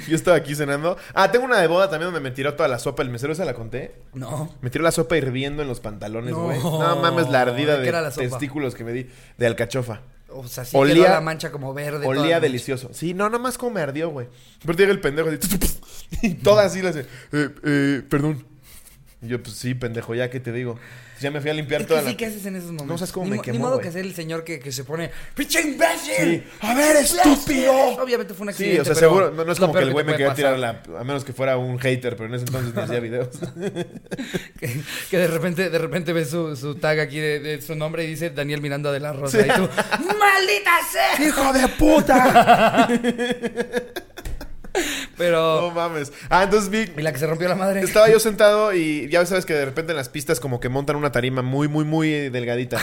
B: Yo estaba aquí cenando. Ah, tengo una de boda también donde me tiró toda la sopa. ¿El mesero se la conté?
A: No.
B: Me tiró la sopa hirviendo en los pantalones,
A: No.
B: güey. No. mames, la ardida
A: ¿De qué
B: de,
A: era la sopa?
B: testículos que me di de alcachofa.
A: O sea, sí
B: Olía-
A: quedó la mancha como verde. toda
B: Olía
A: la-
B: delicioso. Sí, no, nomás como me ardió, güey. Pero llega el pendejo así. Y toda así le hace. "Eh, eh, perdón. Y yo, pues sí, pendejo, ya que te digo. Pues, Ya me fui a limpiar
A: Es que
B: toda
A: sí,
B: la.
A: ¿qué haces en esos momentos?
B: sabes cómo
A: ni,
B: me
A: mo-
B: quemó,
A: Ni modo
B: güey.
A: que sea el señor que, que se pone, ¡pinche imbécil!
B: Sí. A ver, estúpido.
A: Obviamente fue un accidente.
B: Sí, o sea,
A: pero
B: seguro. No, no es
A: lo
B: como que
A: peor
B: el güey
A: te
B: me
A: puede
B: quería tirar la. A menos que fuera un hater, pero en ese entonces no hacía videos.
A: Que, que de repente, de repente ves su, su tag aquí de, de su nombre y dice Daniel Miranda de la Rosa. Y tú, ¡maldita sea!
B: ¡Hijo de puta! no
A: Pero.
B: mames. Ah, entonces vi.
A: Y la que se rompió la madre.
B: Estaba yo sentado y ya sabes que de repente en las pistas como que montan una tarima muy, muy, muy eh, delgadita.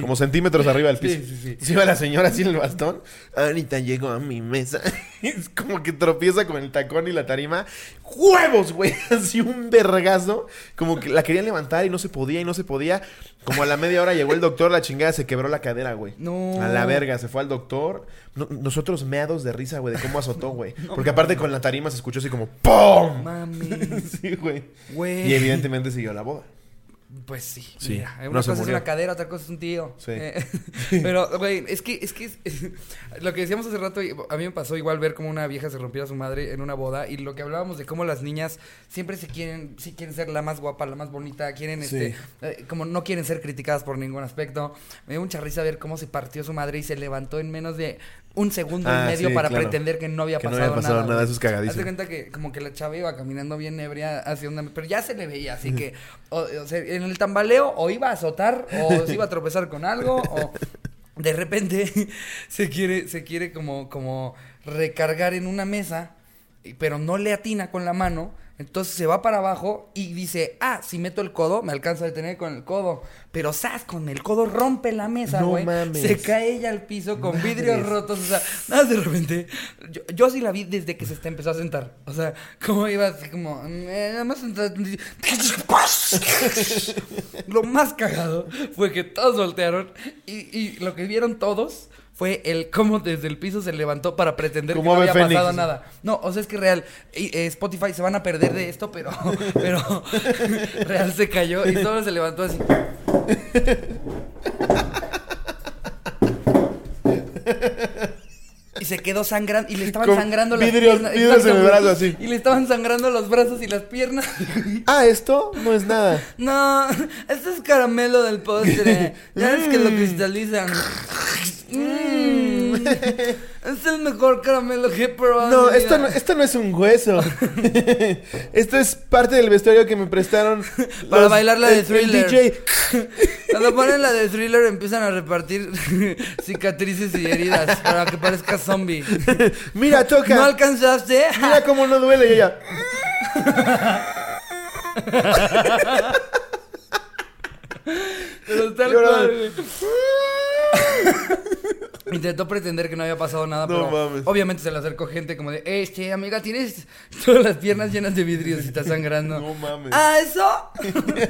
B: Como centímetros arriba del piso.
A: Sí, sí, sí.
B: Se iba la señora así en el bastón. Ahorita llego a mi mesa. es como que tropieza con el tacón y la tarima. ¡Huevos, güey! Así un vergazo. Como que la querían levantar y no se podía y no se podía. Como a la media hora llegó el doctor, la chingada se quebró la cadera, güey.
A: No.
B: A la verga, se fue al doctor. No- nosotros meados de risa, güey, de cómo azotó, güey. Porque aparte con la tarima se escuchó así como ¡POM!
A: Mami.
B: Sí, güey.
A: Güey.
B: Y evidentemente siguió la boda.
A: Pues sí.
B: Sí,
A: mira, una
B: no se
A: cosa es
B: murió.
A: una cadera, otra cosa es un tío.
B: Sí.
A: Eh, pero, güey, es que, es que es- lo que decíamos hace rato, y a mí me pasó igual ver cómo una vieja se rompió a su madre en una boda y lo que hablábamos de cómo las niñas siempre se quieren, sí quieren ser la más guapa, la más bonita, quieren,
B: Sí.
A: este, eh, como no quieren ser criticadas por ningún aspecto. Me dio mucha risa ver cómo se partió su madre y se levantó en menos de un segundo
B: Ah,
A: y medio
B: sí,
A: para
B: claro.
A: pretender que no había
B: Que no
A: pasado
B: había pasado nada,
A: güey.
B: eso es cagadísimo.
A: Hazte cuenta que como que la chava iba caminando bien ebria hacia una... Pero ya se le veía, así que o, o sea, en el tambaleo o iba a azotar o se iba a tropezar con algo o de repente se quiere, se quiere como, como recargar en una mesa, y- pero no le atina con la mano. Entonces se va para abajo y dice, ah, si meto el codo, me alcanza a detener con el codo. Pero, ¿sabes? Con el codo rompe la mesa,
B: No
A: güey.
B: mames.
A: se cae ella al piso con vidrios
B: Madres.
A: rotos. O sea, nada, de repente. Yo, yo sí la vi desde que se está- empezó a sentar. O sea, como iba así como. mm, eh, Nada más sentada, y- Lo más cagado fue que todos voltearon y, y lo que vieron todos. Fue el cómo desde el piso se levantó para pretender
B: Como
A: que no
B: ave
A: había
B: fénix.
A: pasado nada. No, o sea, es que real. y, eh, Spotify se van a perder de esto, pero, pero real se cayó y todo se levantó así. Y se quedó sangrando y le estaban
B: Con
A: sangrando las
B: vidrios-
A: piernas.
B: vidrios en el
A: güey.
B: brazo, así.
A: Y le estaban sangrando los brazos y las piernas.
B: Ah, esto no es nada.
A: No, esto es caramelo del postre. Ya es que lo cristalizan. Mm. Es el mejor caramelo que he probado. en
B: No,
A: mi
B: esto no,
A: vida.
B: esto no es un hueso. esto es parte del vestuario que me prestaron.
A: Para bailar la de
B: el- el
A: Thriller.
B: DJ.
A: Cuando ponen la de thriller empiezan a repartir cicatrices y heridas para que parezca zombie.
B: Mira, toca.
A: ¿No alcanzaste?
B: Mira cómo no duele. Y ella.
A: Pero tal
B: Lloraba.
A: cual, güey. Intentó pretender que no había pasado nada,
B: No
A: pero
B: mames.
A: obviamente se le acercó gente como de, este, amiga, tienes todas las piernas llenas de vidrios y estás sangrando.
B: No mames.
A: ¿Ah, eso?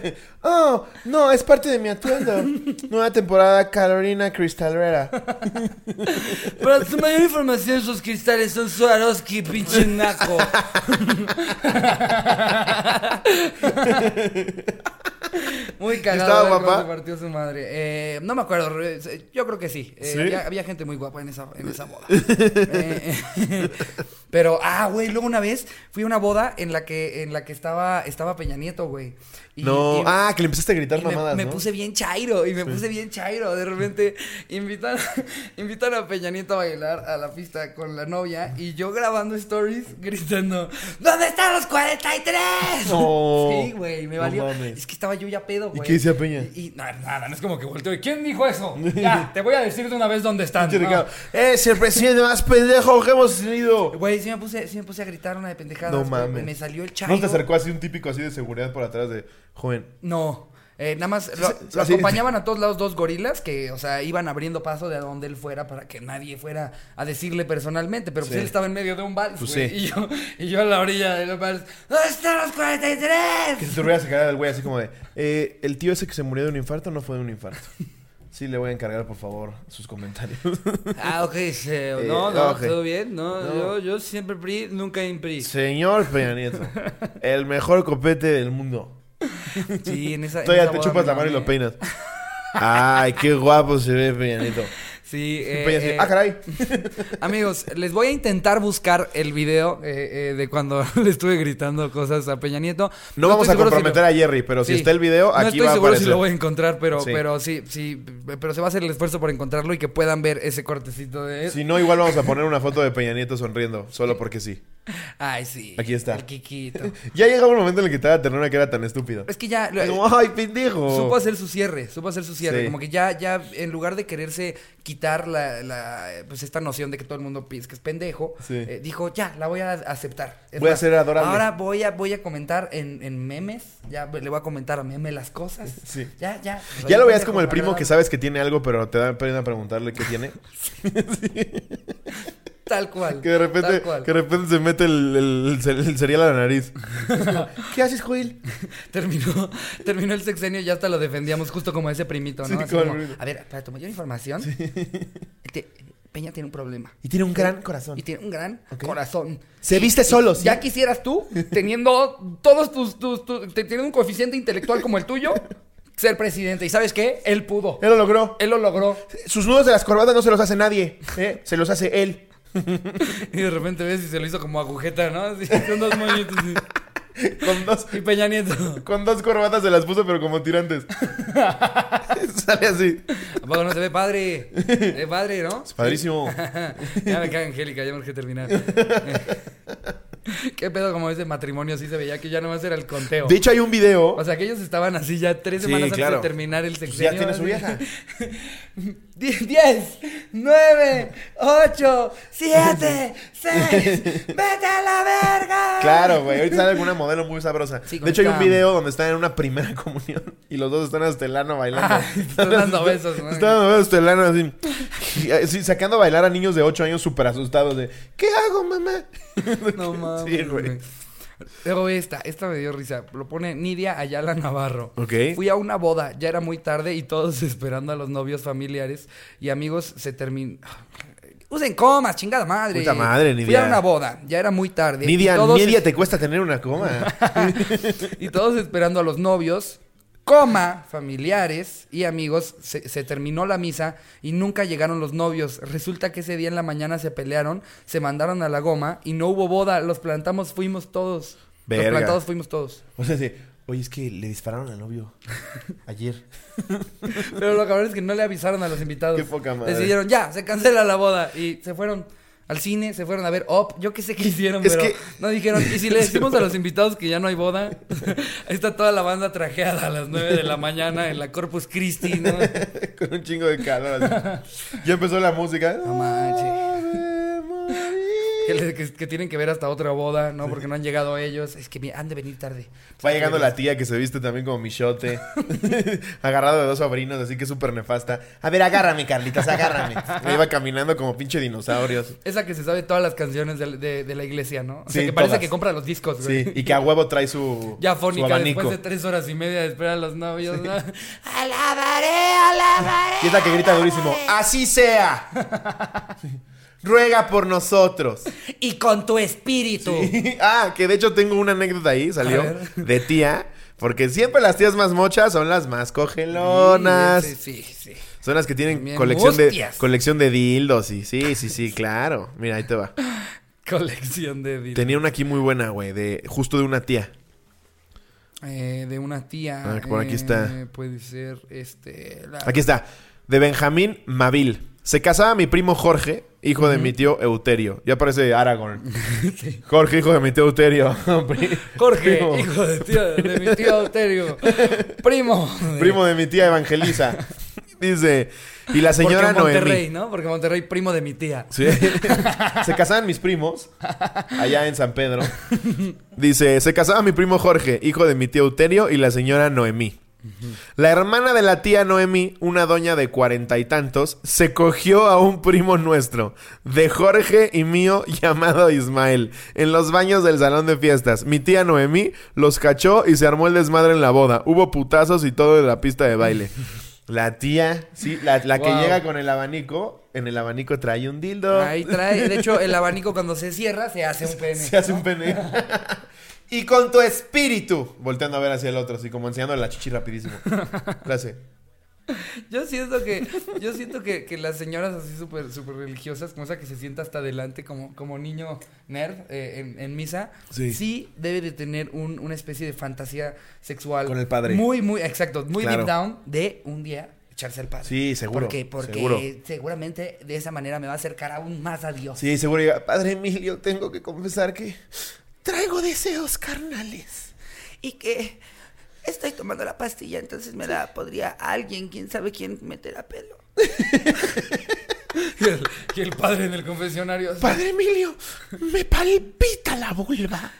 B: Oh, no, es parte de mi atuendo. Nueva temporada Carolina Cristalera.
A: Para tu mayor información, sus cristales son Swarovski, pinche naco. Muy cagado.
B: ¿Estaba
A: ver cómo
B: guapa?
A: se partió su madre. Eh, no me acuerdo, re- se- yo creo que sí. Eh,
B: ¿Sí?
A: Había, había gente muy guapa en esa, en esa boda. Eh, eh, pero, ah, güey, luego una vez fui a una boda en la que, en la que estaba, estaba Peña Nieto, güey. Y-
B: No,
A: y-
B: ah, que le empezaste a gritar
A: y me,
B: mamadas,
A: me
B: ¿no?
A: puse bien chairo y me puse bien chairo. De repente invitan, invitan a Peña Nieto a bailar a la pista con la novia y yo grabando stories gritando: ¿Dónde están los 43?
B: No.
A: Sí, güey, me
B: No
A: valió.
B: mames.
A: es que estaba yo ya pedo,
B: ¿Y
A: güey.
B: qué decía Peña?
A: Y, y- nada, nada, no es como que volteo. ¿Y quién dijo eso? ya, te voy a decir de una vez dónde están.
B: Pinche
A: ¿no?
B: Ricardo, Es "Eh, el presidente más pendejo que hemos tenido.
A: Güey, sí me puse, sí me puse a gritar una de pendejadas.
B: No
A: güey,
B: mames.
A: Me salió el chairo.
B: ¿No te acercó así un típico así de seguridad por atrás de joven?
A: No. eh, nada más lo,
B: sí,
A: lo
B: sí.
A: acompañaban a todos lados dos gorilas que, o sea, iban abriendo paso de a donde él fuera para que nadie fuera a decirle personalmente. Pero pues
B: Sí.
A: él estaba en medio de un vals,
B: Pues
A: güey,
B: sí.
A: y, yo, y yo a la orilla de los vals. ¿Dónde están los
B: Que
A: 43?
B: se te olvidara sacar del güey así como de, eh, el tío ese que se murió de un infarto no fue de un infarto. Sí, le voy a encargar, por favor, sus comentarios.
A: Ah, ok, se- no, no,
B: Eh, ah, ok.
A: todo bien. No,
B: No.
A: Yo, yo siempre PRI, nunca impri. Sí,
B: Señor Peña Nieto, el mejor copete del mundo.
A: en esa. en
B: Todavía
A: esa
B: te
A: boda
B: chupas
A: me
B: la mano y
A: mamé.
B: lo peinas. Ay, qué guapo se ve Peña Nieto.
A: Sí, eh,
B: Peña así,
A: eh,
B: ah, caray.
A: Amigos, les voy a intentar buscar el video eh, eh, de cuando le estuve gritando cosas a Peña Nieto.
B: No, vamos a
A: estoy seguro si
B: comprometer
A: lo-
B: a Jerry, pero si
A: Sí.
B: está el video, aquí
A: No estoy
B: va a
A: seguro
B: aparecer.
A: si lo voy a encontrar, pero
B: Sí.
A: sí. pero sí, sí, pero se va a hacer el esfuerzo por encontrarlo y que puedan ver ese cortecito de
B: Si no, igual vamos a poner una foto de Peña Nieto sonriendo, solo porque sí.
A: Ay, sí.
B: Aquí está.
A: El Kikito.
B: Ya llegaba un momento en el que te daba ternura que era tan estúpido.
A: Es que ya lo-
B: Como, ay, pendejo.
A: supo hacer su cierre, supo hacer su cierre,
B: Sí.
A: como que ya ya en lugar de quererse quitar la, la, eh, pues esta noción de que todo el mundo piensa que es pendejo,
B: Sí.
A: eh, dijo, "Ya, la voy a aceptar." Es
B: Voy a
A: más,
B: ser adorable.
A: Ahora voy a voy a comentar en, en memes, ya le voy a comentar a meme las cosas.
B: Sí.
A: Ya, ya.
B: Ya lo veías
A: veas
B: como el primo que sabes que tiene algo, pero te da pena preguntarle qué tiene.
A: tal cual.
B: Que de
A: tal
B: repente,
A: cual.
B: que de repente se mete el, el- el ce- el cereal a la nariz. ¿Qué haces, Joel?
A: Terminó, terminó el sexenio y ya hasta lo defendíamos justo como ese primito, ¿no?
B: Sí,
A: Así
B: como el
A: como,
B: primito.
A: a ver, para tu mayor información, este, Peña tiene un problema.
B: Y tiene un gran corazón.
A: Y tiene un gran corazón.
B: Se viste solo, ¿sí?
A: Ya quisieras tú, teniendo todos tus, tus, tus- te- teniendo un coeficiente intelectual como el tuyo, ser presidente. ¿Y sabes qué? Él pudo.
B: Él lo logró.
A: Él lo logró.
B: Sus nudos de las corbatas no se los hace nadie. ¿eh? Se los hace él.
A: Y de repente ves y se lo hizo como agujeta, ¿no? Así, con dos moñitos. así.
B: Con dos,
A: Y Peña Nieto.
B: con dos corbatas se las puso, pero como tirantes. Sale así.
A: ¿A poco no se ve padre? Se ve padre, ¿no?
B: Es padrísimo.
A: ya me caga Angélica, ya me urge terminar. Qué pedo como ese matrimonio sí se veía que ya nomás era el conteo.
B: De hecho, hay un video.
A: O sea, que ellos estaban así ya tres
B: Sí,
A: semanas
B: claro.
A: antes de terminar el
B: Pues
A: sexenio.
B: ya tiene su vieja.
A: Die- Diez, nueve, ocho, siete, seis, vete a la verga.
B: Claro, güey. Ahorita sale alguna modelo muy sabrosa.
A: Sí,
B: de hecho, hay un
A: ahorita-
B: video donde están en una primera comunión y los dos están hasta el ano bailando.
A: Ah, están dando besos, ¿no?
B: Están dando besos hasta el ano así. Y así, sacando a bailar a niños de 8 años súper asustados de ¿Qué hago, mamá?
A: No mames.
B: Sí, güey.
A: güey. Luego esta, esta me dio risa. Lo pone Nidia Ayala Navarro.
B: Ok.
A: Fui a una boda, ya era muy tarde y todos esperando a los novios familiares y amigos se terminó. Usen comas, chingada madre.
B: Puta madre,
A: Fui a
B: Nidia.
A: una boda, ya era muy tarde.
B: Nidia,
A: y todos
B: Nidia, te cuesta tener una coma.
A: y todos esperando a los novios, coma, familiares y amigos. Se, se terminó la misa y nunca llegaron los novios. Resulta que ese día en la mañana se pelearon, se mandaron a la goma y no hubo boda. Los plantamos, fuimos todos.
B: Verga.
A: Los plantados fuimos todos.
B: O sea, sí. Oye, es que le dispararon al novio ayer.
A: Pero lo cabrón es que no le avisaron a los invitados.
B: Qué poca madre.
A: Decidieron, ya, se cancela la boda. Y se fueron al cine, se fueron a ver Op. Yo qué sé qué hicieron,
B: Es
A: pero
B: que-
A: no dijeron. Y si le decimos a los invitados que ya no hay boda, ahí está toda la banda trajeada a las 9 de la mañana en la Corpus Christi, ¿no?
B: Con un chingo de calor. así. Ya empezó la música. Ah,
A: No manches.
B: Ave María.
A: que, le- que- que tienen que ver hasta otra boda, ¿no? Porque no han llegado ellos. Es que mira, han de venir tarde.
B: Va llegando la tía que se viste también como Michote, agarrado de dos sobrinos, así que súper nefasta. A ver, agárrame, Carlitos, agárrame. Me iba caminando como pinche dinosaurios.
A: Esa que se sabe todas las canciones de, de- de la iglesia, ¿no? O sea,
B: Sí,
A: que parece
B: todas.
A: que compra los discos, güey.
B: Sí, y que a huevo trae su,
A: Ya
B: su
A: fónica,
B: abanico.
A: después de tres horas y media de espera a los novios, ¿no? ¡Alabaré, alabaré!
B: Y es la que grita durísimo, ¡Así sea! Ruega por nosotros.
A: Y con tu espíritu.
B: ah, que de hecho tengo una anécdota ahí, salió,
A: A ver.
B: de tía. Porque siempre las tías más mochas son las más cogelonas.
A: Sí, sí, sí.
B: Son las que tienen
A: Bien
B: colección de,
A: hostias.
B: colección de dildos. Y sí, sí, sí, claro. Mira, ahí te va.
A: Colección de dildos.
B: Tenía una aquí muy buena, güey, de justo de una tía.
A: Eh, de una tía.
B: Ah, que por aquí
A: eh,
B: está.
A: Puede ser, este... la-
B: Aquí está, de Benjamín Mabil. Se casaba mi primo Jorge, hijo de mi tío Euterio. Ya parece Aragorn. Jorge, hijo de mi tío Euterio. Pri-
A: Jorge,
B: primo,
A: hijo de, tío, de mi tío Euterio. Primo. de-
B: primo de mi tía Evangeliza. Dice, y la señora
A: Porque Monterrey,
B: Noemí.
A: ¿no? Porque Monterrey, primo de mi tía.
B: Sí. se casaban mis primos allá en San Pedro. Dice, se casaba mi primo Jorge, hijo de mi tío Euterio y la señora Noemí. La hermana de la tía Noemí, una doña de cuarenta y tantos, se cogió a un primo nuestro, de Jorge y mío, llamado Ismael, en los baños del salón de fiestas. Mi tía Noemí los cachó y se armó el desmadre en la boda. Hubo putazos y todo en la pista de baile. La tía, sí, la, la que
A: Wow.
B: llega con el abanico, en el abanico trae un dildo.
A: Ahí trae. De hecho, el abanico cuando se cierra se hace un pene.
B: Se hace un pene. y con tu espíritu. Volteando a ver hacia el otro, así como enseñando la chichi rapidísimo. La hace.
A: Yo siento que, yo siento que, que las señoras así súper super religiosas, como esa que se sienta hasta adelante como, como niño nerd eh, en, en misa,
B: Sí.
A: sí. debe de tener un- una especie de fantasía sexual.
B: Con el padre.
A: Muy, muy, exacto, muy
B: Claro.
A: deep down de un día echarse al padre.
B: Sí, seguro,
A: Porque, porque
B: seguro.
A: seguramente de esa manera me va a acercar aún más a Dios.
B: Sí, seguro llega. Padre Emilio, tengo que confesar que traigo deseos carnales.
D: y que estoy tomando la pastilla, entonces me la podría alguien, quién sabe quién, meter a pelo.
A: Y el, y el padre en el confesionario.
B: Padre Emilio, me palpita la vulva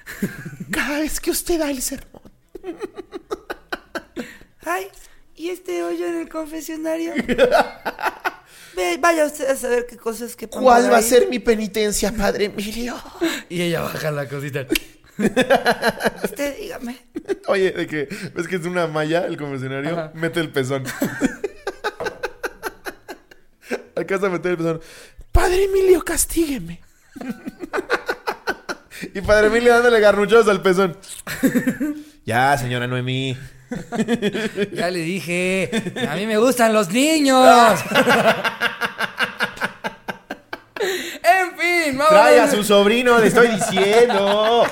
B: cada vez que usted da el sermón.
D: Ay, y este hoyo en el confesionario. Ve, vaya usted a saber qué cosas que pongo
B: ¿Cuál va a
D: ahí.
B: ser mi penitencia, Padre Emilio?
A: Y ella baja la cosita.
D: Usted dígame.
B: Oye, de que ves que es una malla el confesionario,
A: Ajá.
B: mete el pezón. Alcanza a meter el pezón. Padre Emilio, castígueme. y Padre Emilio dándole garnuchos al pezón. ya, señora Noemí.
A: Ya le dije, a mí me gustan los niños. en fin, vamos.
B: Trae a su sobrino, le estoy diciendo.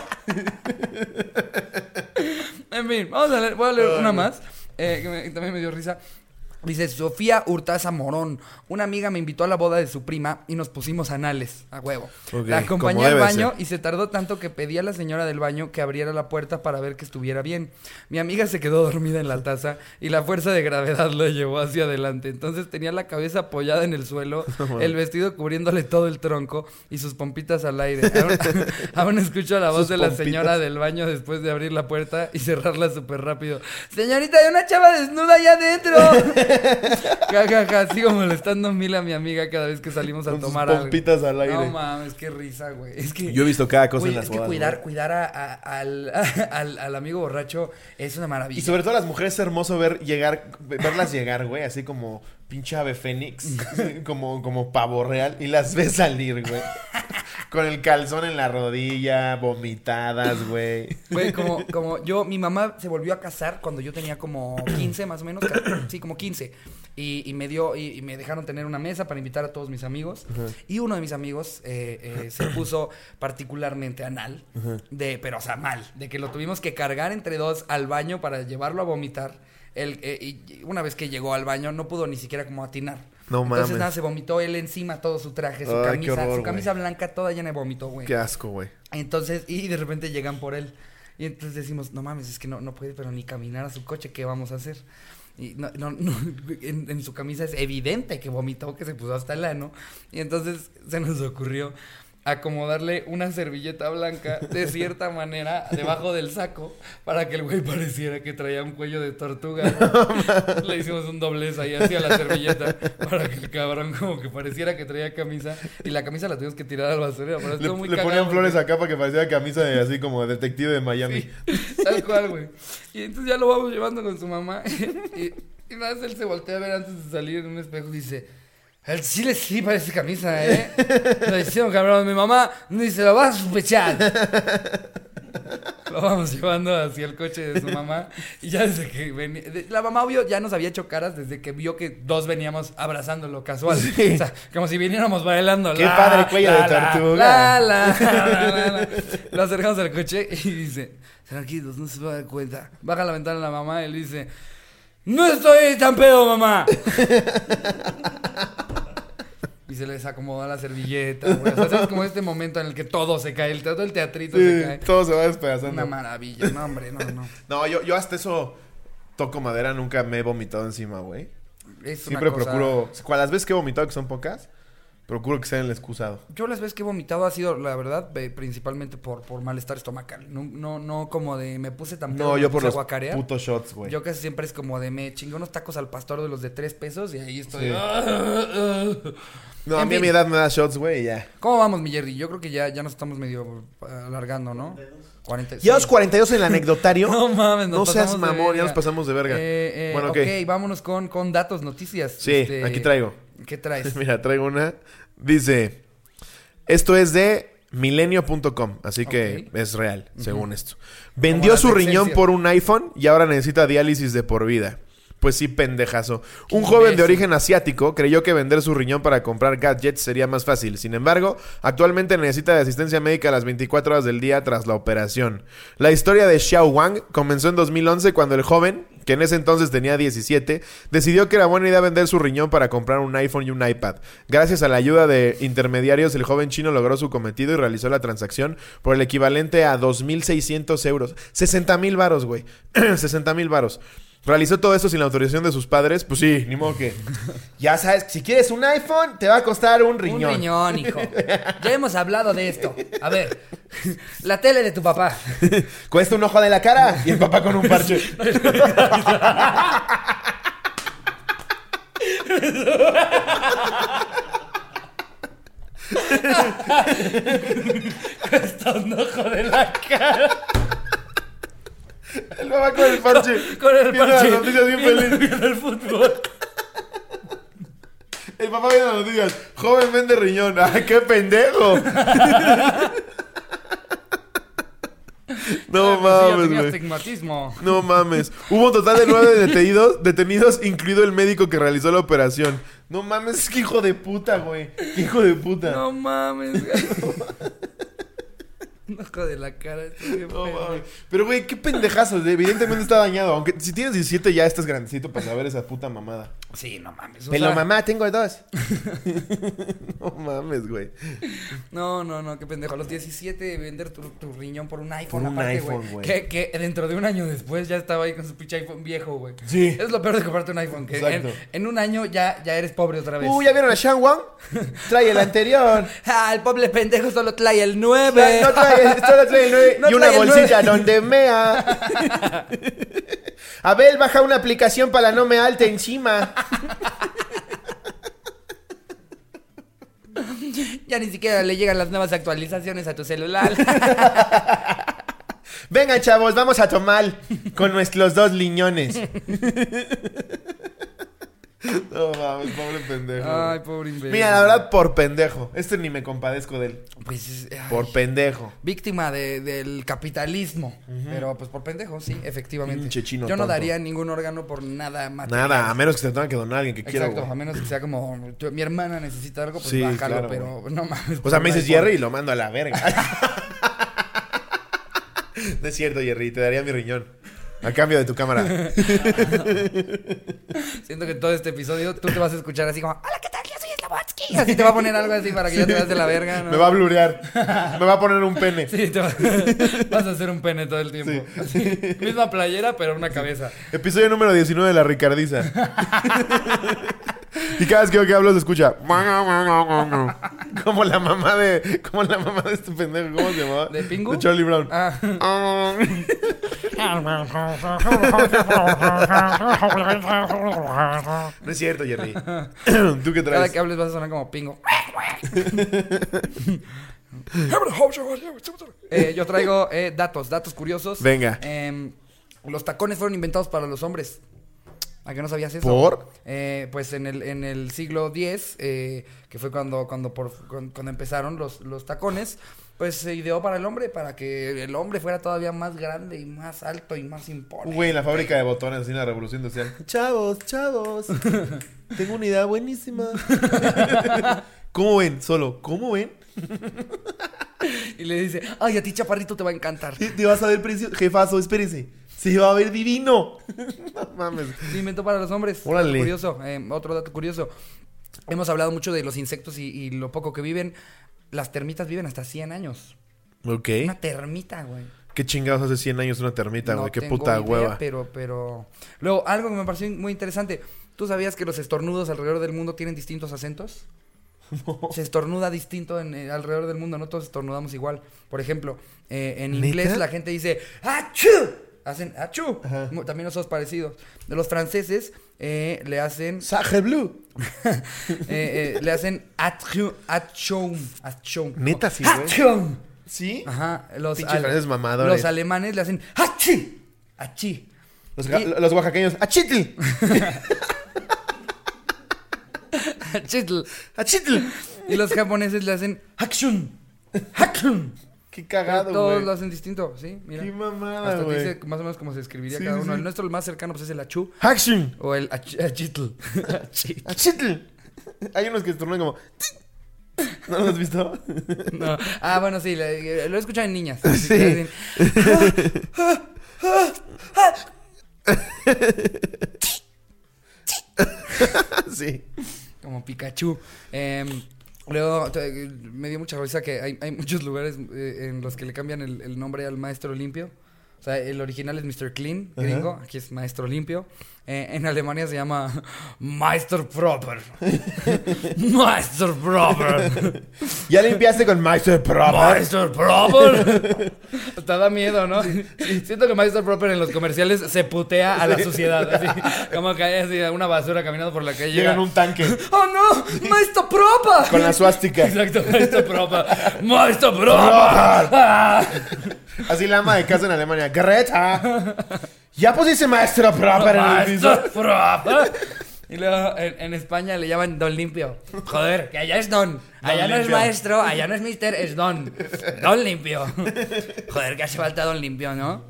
A: En fin, vamos a leer, voy a leer una más, eh, que me- también me dio risa. Dice Sofía Hurtaza Morón. Una amiga me invitó a la boda de su prima y nos pusimos anales, a huevo.
B: Ok,
A: la
B: como
A: acompañé
B: debe
A: al baño
B: ser.
A: y se tardó tanto que pedí a la señora del baño que abriera la puerta para ver que estuviera bien. Mi amiga se quedó dormida en la taza y la fuerza de gravedad lo llevó hacia adelante. Entonces tenía la cabeza apoyada en el suelo, el vestido cubriéndole todo el tronco y sus pompitas al aire. Aún, aún escucho la voz
B: Sus
A: de la
B: pompitas.
A: señora del baño después de abrir la puerta y cerrarla súper rápido. Señorita, hay una chava desnuda allá adentro. ja, ja, ja, sigo molestando mil a mi amiga cada vez que salimos a
B: Con sus
A: tomar algo.
B: pompitas al aire.
A: No mames, qué risa, güey. Es que...
B: Yo he visto cada cosa
A: Güey,
B: en las
A: es que
B: bodas,
A: cuidar,
B: güey.
A: cuidar a- a- al, al, al amigo borracho es una maravilla.
B: Y sobre todo las mujeres es hermoso ver llegar, verlas llegar, güey, así como pinche ave fénix, como, como pavo real, y las ves salir, güey. Con el calzón en la rodilla, vomitadas, güey.
A: Güey, como, como yo, mi mamá se volvió a casar cuando yo tenía como 15 más o menos, ca- sí, como 15. Y, y me dio, y, y me dejaron tener una mesa para invitar a todos mis amigos. Y uno de mis amigos eh, eh, se puso particularmente anal, de, pero o sea, mal, de que lo tuvimos que cargar entre dos al baño para llevarlo a vomitar. Él, eh, y- y una vez que llegó al baño no pudo ni siquiera como atinar.
B: No mames.
A: Entonces nada, se vomitó él encima todo su traje, su
B: Ay, qué
A: camisa,
B: horror,
A: su
B: güey.
A: camisa blanca toda llena de vómito, güey.
B: Qué asco, güey.
A: Entonces, y de repente llegan por él. Y entonces decimos, no mames, es que no, no puede, pero ni caminar a su coche, ¿qué vamos a hacer? Y no, no, no, en, en su camisa es evidente que vomitó, que se puso hasta el ano. Y entonces se nos ocurrió acomodarle una servilleta blanca de cierta manera debajo del saco para que el güey pareciera que traía un cuello de tortuga. güey. Le hicimos un doblez ahí hacia la servilleta para que el cabrón como que pareciera que traía camisa y la camisa la tuvimos que tirar al basurero. Pero
B: Le,
A: estuvo muy
B: le
A: cagado,
B: ponían
A: güey.
B: flores acá para que pareciera camisa de así como detective de Miami.
A: Tal cual, güey. Y entonces ya lo vamos llevando con su mamá. Y, y nada más él se voltea a ver antes de salir en un espejo y dice: El chile sí parece camisa, ¿eh? Lo hicieron, cabrón. Mi mamá ni se lo va a sospechar. Lo vamos llevando hacia el coche de su mamá. Y ya desde que venía. de- La mamá, obvio, ya nos había hecho caras desde que vio que dos veníamos abrazándolo casual. O sea, como si viniéramos bailando.
B: Qué padre cuello de tortuga.
A: La, la, la, la, la. Lo acercamos al coche y dice: Tranquilos, no se va a dar cuenta. Baja la ventana la mamá y le dice: No estoy tan pedo, mamá. Y se les acomoda la servilleta. güey. O sea, ¿sabes? como este momento en el que todo se cae, el, todo el teatrito se cae.
B: Sí, todo se va
A: Una
B: despedazando.
A: maravilla, no, hombre, no, no.
B: No, yo, yo hasta eso toco madera, nunca me he vomitado encima, güey.
A: Es una
B: Siempre
A: cosa-
B: procuro. Cuando las veces que he vomitado, que son pocas, procuro que sea en el excusado.
A: Yo las veces que he vomitado ha sido, la verdad, pe- principalmente por, por malestar estomacal. No, no, no como de me puse tan pedo,
B: No,
A: me
B: yo por
A: puse a
B: los
A: guacarear.
B: putos shots, güey.
A: Yo casi siempre es como de me chingo unos tacos al pastor de los de tres pesos y ahí estoy.
B: Sí. No,
A: En
B: a mí a
A: fin.
B: mi edad me da shots, güey, y ya.
A: ¿Cómo vamos, mi Jerry? Yo creo que ya, ya nos estamos medio eh, alargando, ¿no? 40, sí.
B: 42 en el anecdotario.
A: No mames, nos
B: No seas
A: pasamos de
B: mamón, ya
A: verga.
B: nos pasamos de verga.
A: Eh, eh,
B: bueno, ok.
A: ok, vámonos con, con datos, noticias.
B: Sí,
A: Este,
B: aquí traigo.
A: ¿Qué traes?
B: Mira, traigo una. Dice, esto es de milenio.com, así que
A: Ok.
B: es real, según esto. Vendió
A: las
B: su
A: de
B: riñón
A: Excelsior.
B: por un iPhone y ahora necesita diálisis de por vida. Pues sí, pendejazo. Un
A: imbécil.
B: joven de origen asiático creyó que vender su riñón para comprar gadgets sería más fácil. Sin embargo, actualmente necesita de asistencia médica a las 24 horas del día tras la operación. La historia de Xiao Wang comenzó en 2011 cuando el joven, que en ese entonces tenía 17, decidió que era buena idea vender su riñón para comprar un iPhone y un iPad. Gracias a la ayuda de intermediarios, el joven chino logró su cometido y realizó la transacción por el equivalente a 2.600 euros. 60.000 varos, güey. 60.000 varos. Realizó todo esto sin la autorización de sus padres. Pues sí, ni modo que. ya sabes, si quieres un iPhone, te va a costar un riñón.
A: Un riñón, hijo. Ya hemos hablado de esto. A ver, la tele de tu papá.
B: Cuesta un ojo de la cara y el papá con un parche.
C: Está un ojo de la cara.
B: el papá con el parche.
A: Con el
B: Viendo
A: parche.
B: las noticias bien
A: Viendo-
B: feliz.
C: Viendo el fútbol.
B: El papá viene las noticias. Joven vende riñón. ¡Ah, qué pendejo!
A: Ah,
B: no
A: pues sí, ya
B: mames,
A: tenía
B: güey.
A: astigmatismo.
B: No mames. Hubo un total de nueve detenidos, detenidos, incluido el médico que realizó la operación. No mames, qué hijo de puta, güey. Qué hijo de puta.
A: No mames, güey. Un ojo de la cara. estoy bien
B: No,
A: pendejo.
B: mames. Pero, güey, qué pendejazo. Evidentemente está dañado. Aunque si tienes 17 ya estás grandecito para saber esa puta mamada.
A: Sí, no mames. o
B: Pero
A: sea,
B: mamá, tengo dos. no mames, güey.
A: No, no, no, qué pendejo. A los 17 vender tu, tu riñón por un iPhone
B: Por un
A: aparte,
B: iPhone,
A: güey.
B: güey.
A: Que, que dentro de un año después ya estaba ahí con su pinche iPhone viejo, güey.
B: Sí.
A: Es lo peor de comprarte un iPhone. Que en,
B: Exacto.
A: en un año ya, ya eres pobre otra vez.
B: Uh, ¿ya vieron a Shang Wang? Trae el anterior.
A: Ah, el pobre pendejo solo trae el 9.
B: No trae, solo trae el nueve
A: No
B: y una
A: trae el
B: bolsita donde mea. Abel baja una aplicación para no me alte encima.
A: Ya ni siquiera le llegan las nuevas actualizaciones a tu celular.
B: Vengan, chavos, vamos a tomar con nuestros dos liñones. No mames, pobre pendejo.
A: Ay, pobre imbécil.
B: Mira, la verdad, por pendejo. Este ni me compadezco de él.
A: Pues es- ay,
B: Por pendejo.
A: víctima de- del capitalismo. Pero pues por pendejo, sí, efectivamente.
B: Pinche chino
A: Yo no
B: tonto.
A: daría ningún órgano por nada más.
B: Nada, a menos que se lo tengan que donar a alguien que quiera,
A: Exacto, a
B: güey.
A: menos que sea como "Yo- mi hermana necesita algo, pues
B: Sí,
A: bájalo,
B: claro,
A: pero no mames.
B: O sea,
A: por
B: me dices
A: iPhone.
B: Jerry y lo mando a la verga. no es cierto, Jerry, te daría mi riñón. A cambio de tu cámara.
A: Siento que todo este episodio tú te vas a escuchar así como: Hola, ¿qué tal? Yo soy Slavatsky. Así te va a poner algo así para que ya te veas de la verga. ¿no?
B: Me va a blurear. Me va a poner un pene.
A: Sí, te va- vas a hacer un pene todo el tiempo. Así, misma playera, pero una cabeza.
B: Episodio número 19 de La Ricardiza. Y cada vez que yo que hablo se escucha. Como la mamá de. Como la mamá de este pendejo. ¿Cómo se llamaba?
A: ¿De Pingu?
B: De Charlie Brown.
A: Ah,
B: No es cierto, Jerry. ¿Tú qué
A: cada
B: traes?
A: que hables vas a sonar como pingo. Eh, yo traigo eh, datos, datos curiosos.
B: Venga.
A: Em, los tacones fueron inventados para los hombres. ¿A qué no sabías eso?
B: ¿Por?
A: Eh, pues en el, en el siglo X, eh, que fue cuando, cuando, por, cuando, cuando empezaron los, los tacones, pues se ideó para el hombre, para que el hombre fuera todavía más grande y más alto y más imponente.
B: Güey, en la fábrica de botones, así en la revolución decían: Chavos, chavos. Tengo una idea buenísima. ¿Cómo ven? Solo, ¿cómo ven?
A: Y le dice, ay, a ti chaparrito te va a encantar.
B: Te, te vas a ver precioso. Jefazo, espérese. Se va a ver divino. no mames.
A: Se inventó para los hombres.
B: Órale.
A: Dato Curioso. eh, otro dato curioso. Hemos hablado mucho de los insectos y, y lo poco que viven. Las termitas viven hasta 100 años.
B: Ok.
A: Una termita, güey.
B: ¿Qué chingados hace 100 años una termita, güey?
A: No
B: Qué
A: tengo
B: puta
A: idea,
B: hueva.
A: Pero, pero. Luego, algo que me pareció muy interesante. ¿Tú sabías que los estornudos alrededor del mundo tienen distintos acentos? Se estornuda distinto en, eh, alrededor del mundo, no todos estornudamos igual. Por ejemplo, eh, en
B: ¿Neta?
A: inglés la gente dice ¡Achú! Hacen ¡Achú!
B: Ajá.
A: Mu- También nosotros parecidos. De los franceses eh, le hacen
B: Saje Blue.
A: eh, eh, le hacen atchum, atchum, atchum.
B: Neta, sí, güey.
A: Atchum.
B: ¿Sí?
A: Ajá, los,
B: Pinches franceses mamadores.
A: los alemanes le hacen hachi, hachi.
B: Los,
A: Y-
B: ga- los oaxaqueños. ¡Achitl!
A: achitl.
B: ¡Achitl!
A: Y los japoneses le hacen hakshun, hakshun.
B: Qué
A: Pero
B: cagado,
A: Todos
B: güey.
A: lo hacen distinto, ¿sí? Mira.
B: Qué mamada,
A: Hasta te
B: güey.
A: dice más o menos cómo se escribiría
B: Sí,
A: cada
B: sí,
A: uno.
B: sí.
A: El nuestro, el más cercano, pues es el achu
B: ¡Haction!
A: o el ach- achitl. Achitl.
B: ¡Achitl! Hay unos que estornudan como... ¿No los has visto?
A: No. Ah, bueno, sí, le- lo he escuchado en niñas.
B: Sí.
A: Que hacen, "Ah, ah, ah, ah".
B: sí.
A: Como Pikachu. Em, luego t- eh, me dio mucha risa que hay, hay muchos lugares eh, en los que le cambian el, el nombre al maestro limpio. O sea, el original es Mr. Clean,
B: Ajá.
A: gringo. Aquí es maestro limpio. Eh, en Alemania se llama Meister Proper. Meister Proper.
B: Ya limpiaste con Meister Proper.
A: Meister Proper. Hasta da miedo, ¿no? Siento que Meister Proper en los comerciales se putea a la suciedad. así. como que hay así una basura caminando por la calle.
B: Llegan un tanque
A: ¡Oh no! ¡Maestro Propa!
B: con la suástica.
A: Exacto, maestro Propa. ¡Maestro Propa! Ah.
B: Así la ama de casa en Alemania. ¡Greta! ¿Ya pusiste Maestro Proper en el piso?
A: ¡Maestro Propa! Y luego en, en España le llaman Don Limpio. Joder, que allá es Don. Allá no es
B: Limpio.
A: maestro, allá no es mister, es Don. Don Limpio. Joder, que hace falta Don Limpio, ¿no?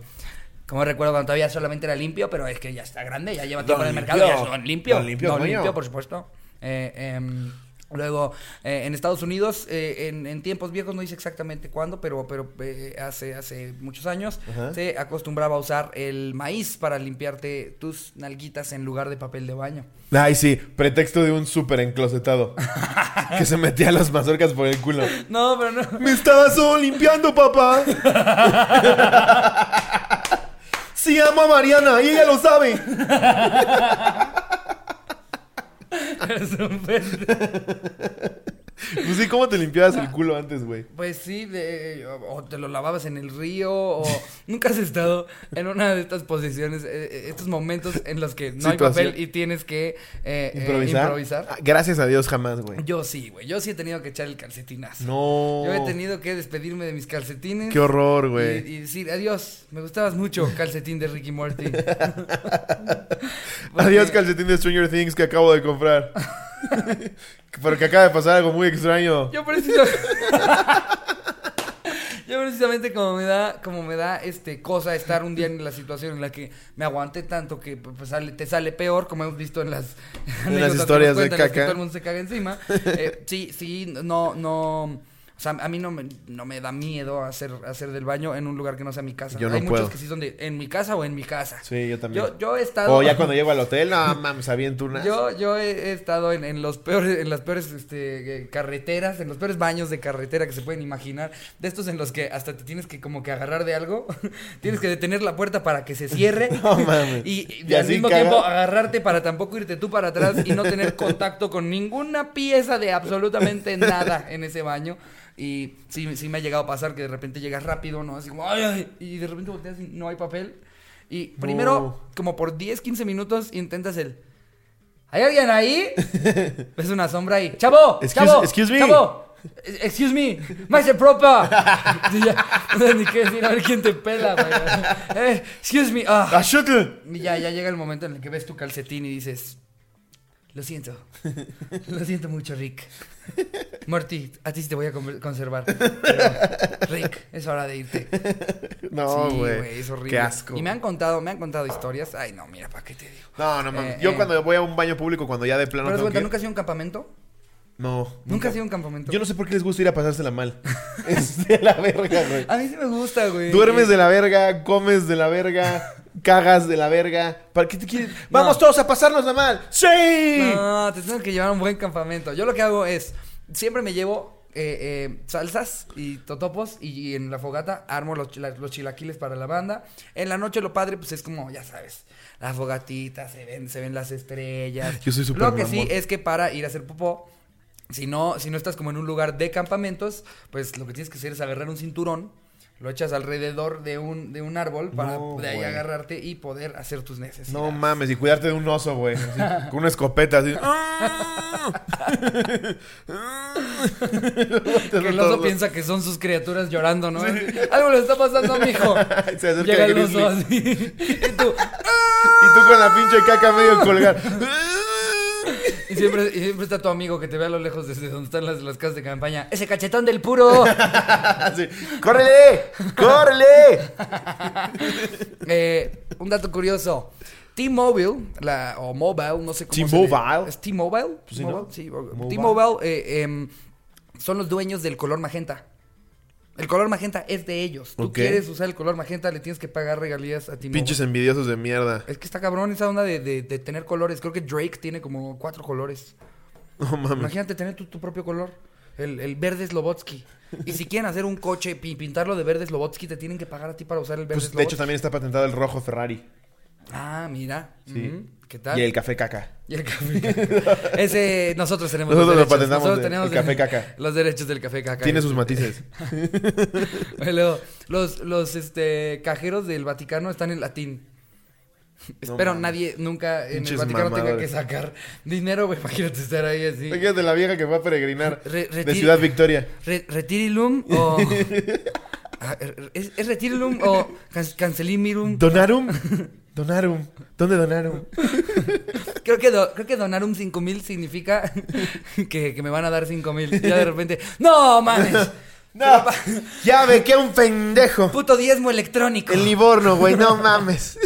A: Como recuerdo cuando todavía solamente era limpio, pero es que ya está grande, ya lleva tiempo en el
B: Limpio.
A: mercado, ya es Don Limpio.
B: Don Limpio, coño.
A: por supuesto. Eh, em, luego, eh, en Estados Unidos, eh, en, en tiempos viejos, no dice exactamente cuándo, pero, pero eh, hace, hace muchos años,
B: Ajá.
A: se acostumbraba a usar el maíz para limpiarte tus nalguitas en lugar de papel de baño.
B: Ay, sí. Pretexto de un súper enclosetado. que se metía las mazorcas por el culo.
A: No, pero no.
B: Me estaba solo limpiando, papá. Sí, amo a Mariana y ella lo sabe.
A: Es un pendejo.
B: Pues sí, ¿cómo te limpiabas el culo antes, güey?
A: Pues sí, de- o o te lo lavabas en el río, o nunca has estado en una de estas posiciones, eh, eh, estos momentos en los que no hay
B: Situación.
A: papel y tienes que eh, eh,
B: ¿Improvisar?
A: improvisar.
B: Ah, Gracias a Dios jamás, güey.
A: Yo sí, güey. Yo sí he tenido que echar el calcetinazo.
B: No.
A: Yo he tenido que despedirme de mis calcetines.
B: Qué horror,
A: y,
B: güey.
A: y decir, adiós, me gustabas mucho, calcetín de Ricky Morty. Porque-
B: Adiós, calcetín de Stranger Things que acabo de comprar. Pero que acaba de pasar algo muy extraño.
A: Yo precisamente. Yo precisamente como me da, como me da este cosa estar un día en la situación en la que me aguanté tanto que pues, sale- te sale peor, como hemos visto en las, anécdotas que nos
B: historias de
A: cuentan, en las que
B: caca.
A: todo el mundo se caga encima. Eh, sí, sí, no, no. O O sea, a mí no me, no me da miedo hacer, hacer del baño en un lugar que no sea mi casa.
B: Yo no
A: Hay
B: puedo.
A: muchos que sí son de en mi casa o en mi casa.
B: Sí, yo también.
A: Yo, yo he estado.
B: O ya cuando llego al hotel, no mames, aviento una.
A: Yo, yo he, he estado en, en los peores, en las peores este, eh, carreteras, en los peores baños de carretera que se pueden imaginar, de estos en los que hasta te tienes que como que agarrar de algo, tienes que detener la puerta para que se cierre
B: No mames.
A: y, y
B: Y
A: al
B: así
A: mismo
B: cagar.
A: tiempo agarrarte para tampoco irte tú para atrás y no tener contacto con ninguna pieza de absolutamente nada en ese baño. Y sí, sí me ha llegado a pasar que de repente llegas rápido, ¿no? Así como, ay, ay, y de repente volteas y no hay papel. Y primero, como por 10, 15 minutos, intentas el... ¿Hay alguien ahí? es una sombra ahí. ¡Chavo!
B: Excuse-
A: ¡Chavo!
B: excuse me.
A: ¡Chavo! Eh, Excuse me, Master Propa. Y ya, no sé ni qué decir, a ver quién te pela, güey. Eh, excuse me. ah.
B: ¡Ah, shuttle!
A: Y ya, ya llega el momento en el que ves tu calcetín y dices, lo siento, lo siento mucho, Rick. Morty, a ti sí te voy a con- conservar. pero, Rick, es hora de irte.
B: No,
A: sí,
B: güey.
A: güey, es horrible.
B: Qué asco.
A: Y me han contado, me han contado historias. Ay, no, mira, ¿para qué te digo?
B: No, no mames.
A: Eh,
B: yo
A: eh.
B: cuando voy a un baño público, cuando ya de plano.
A: Pero, das
B: tengo
A: cuenta,
B: que-
A: ¿nunca has ido a un campamento?
B: No.
A: ¿Nunca has ido a un campamento?
B: Yo no sé por qué les gusta ir a pasársela mal. es de la verga, güey.
A: A mí Ah, sí me gusta, güey.
B: Duermes de la verga, comes de la verga, cagas de la verga. ¿Para qué te quieres? ¡Vamos todos a pasárnosla mal! ¡Sí!
A: No, te tengo que llevar a un buen campamento. Yo lo que hago es, siempre me llevo eh, eh, salsas y totopos y, y en la fogata armo los, chila- los chilaquiles para la banda. En la noche lo padre pues es como, ya sabes, la fogatita, se ven, se ven las estrellas.
B: Yo soy súper
A: Lo que sí
B: mamón.
A: es que para ir a hacer popó... Si no, si no estás como en un lugar de campamentos, pues lo que tienes que hacer es agarrar un cinturón, lo echas alrededor de un, de un árbol para
B: No,
A: de ahí
B: güey.
A: agarrarte y poder hacer tus necesidades.
B: No mames, y cuidarte de un oso, güey. así, con una escopeta así.
A: Que el oso piensa que son sus criaturas llorando, ¿no? Algo le está pasando a mi hijo.
B: Se acerca
A: Llega el
B: el
A: oso así. Y tú. "Ah".
B: Y tú con la pinche caca medio colgar.
A: Y siempre, y siempre está tu amigo que te ve a lo lejos desde donde están las, las casas de campaña. ¡Ese cachetón del puro!
B: Así, ¡Córrele! ¡Córrele!
A: Eh, un dato curioso. T-Mobile, la- o Mobile, no sé cómo se
B: T-Mobile. Pues
A: le- ¿Es T-Mobile?
B: sí, ¿no?
A: Mobile, sí, o-
B: Mobile.
A: T-Mobile eh, em, son los dueños del color magenta. El color magenta es de ellos. Tú
B: Ok.
A: quieres usar el color magenta, le tienes que pagar regalías a T-Mobile.
B: Pinches envidiosos de mierda.
A: Es que está cabrón esa onda de, de- de tener colores. Creo que Drake tiene como cuatro colores.
B: No mames.
A: Imagínate tener tu, tu propio color. El, el verde Slobotsky. Y si quieren hacer un coche y pintarlo de verde Slobotsky, te tienen que pagar a ti para usar el verde
B: Pues, de hecho,
A: Slobotsky.
B: también está patentado el rojo Ferrari.
A: Ah, mira.
B: Sí.
A: Ujú. ¿Qué tal?
B: Y el café caca.
A: Y el café. Ese, nosotros tenemos
B: Nosotros lo
A: los derechos.
B: patentamos
A: nosotros
B: de-
A: tenemos
B: el café caca.
A: Los derechos del café caca.
B: Tiene sus matices.
A: Oye, luego, los, los este, cajeros del Vaticano están en latín. Espero
B: mames.
A: nadie nunca en el
B: Pinches
A: Vaticano tenga que
B: mamadores.
A: sacar dinero, güey. Imagínate estar ahí así.
B: Imagínate la vieja que va a peregrinar
A: Re-
B: de
A: retira-
B: Ciudad Victoria.
A: Re- Retirilum o. Ah, er- ¿Es, es retirilum o can- cancelimirum?
B: ¿Donarum? ¿Donarum? ¿Dónde donarum?
A: Creo que, do- creo que donarum 5000 significa que, que me van a dar 5000. Y Ya de repente, ¡No mames!
B: ¡No! ¡Ya ve que un pendejo!
A: ¡Puto diezmo electrónico!
B: El Livorno, güey, no mames.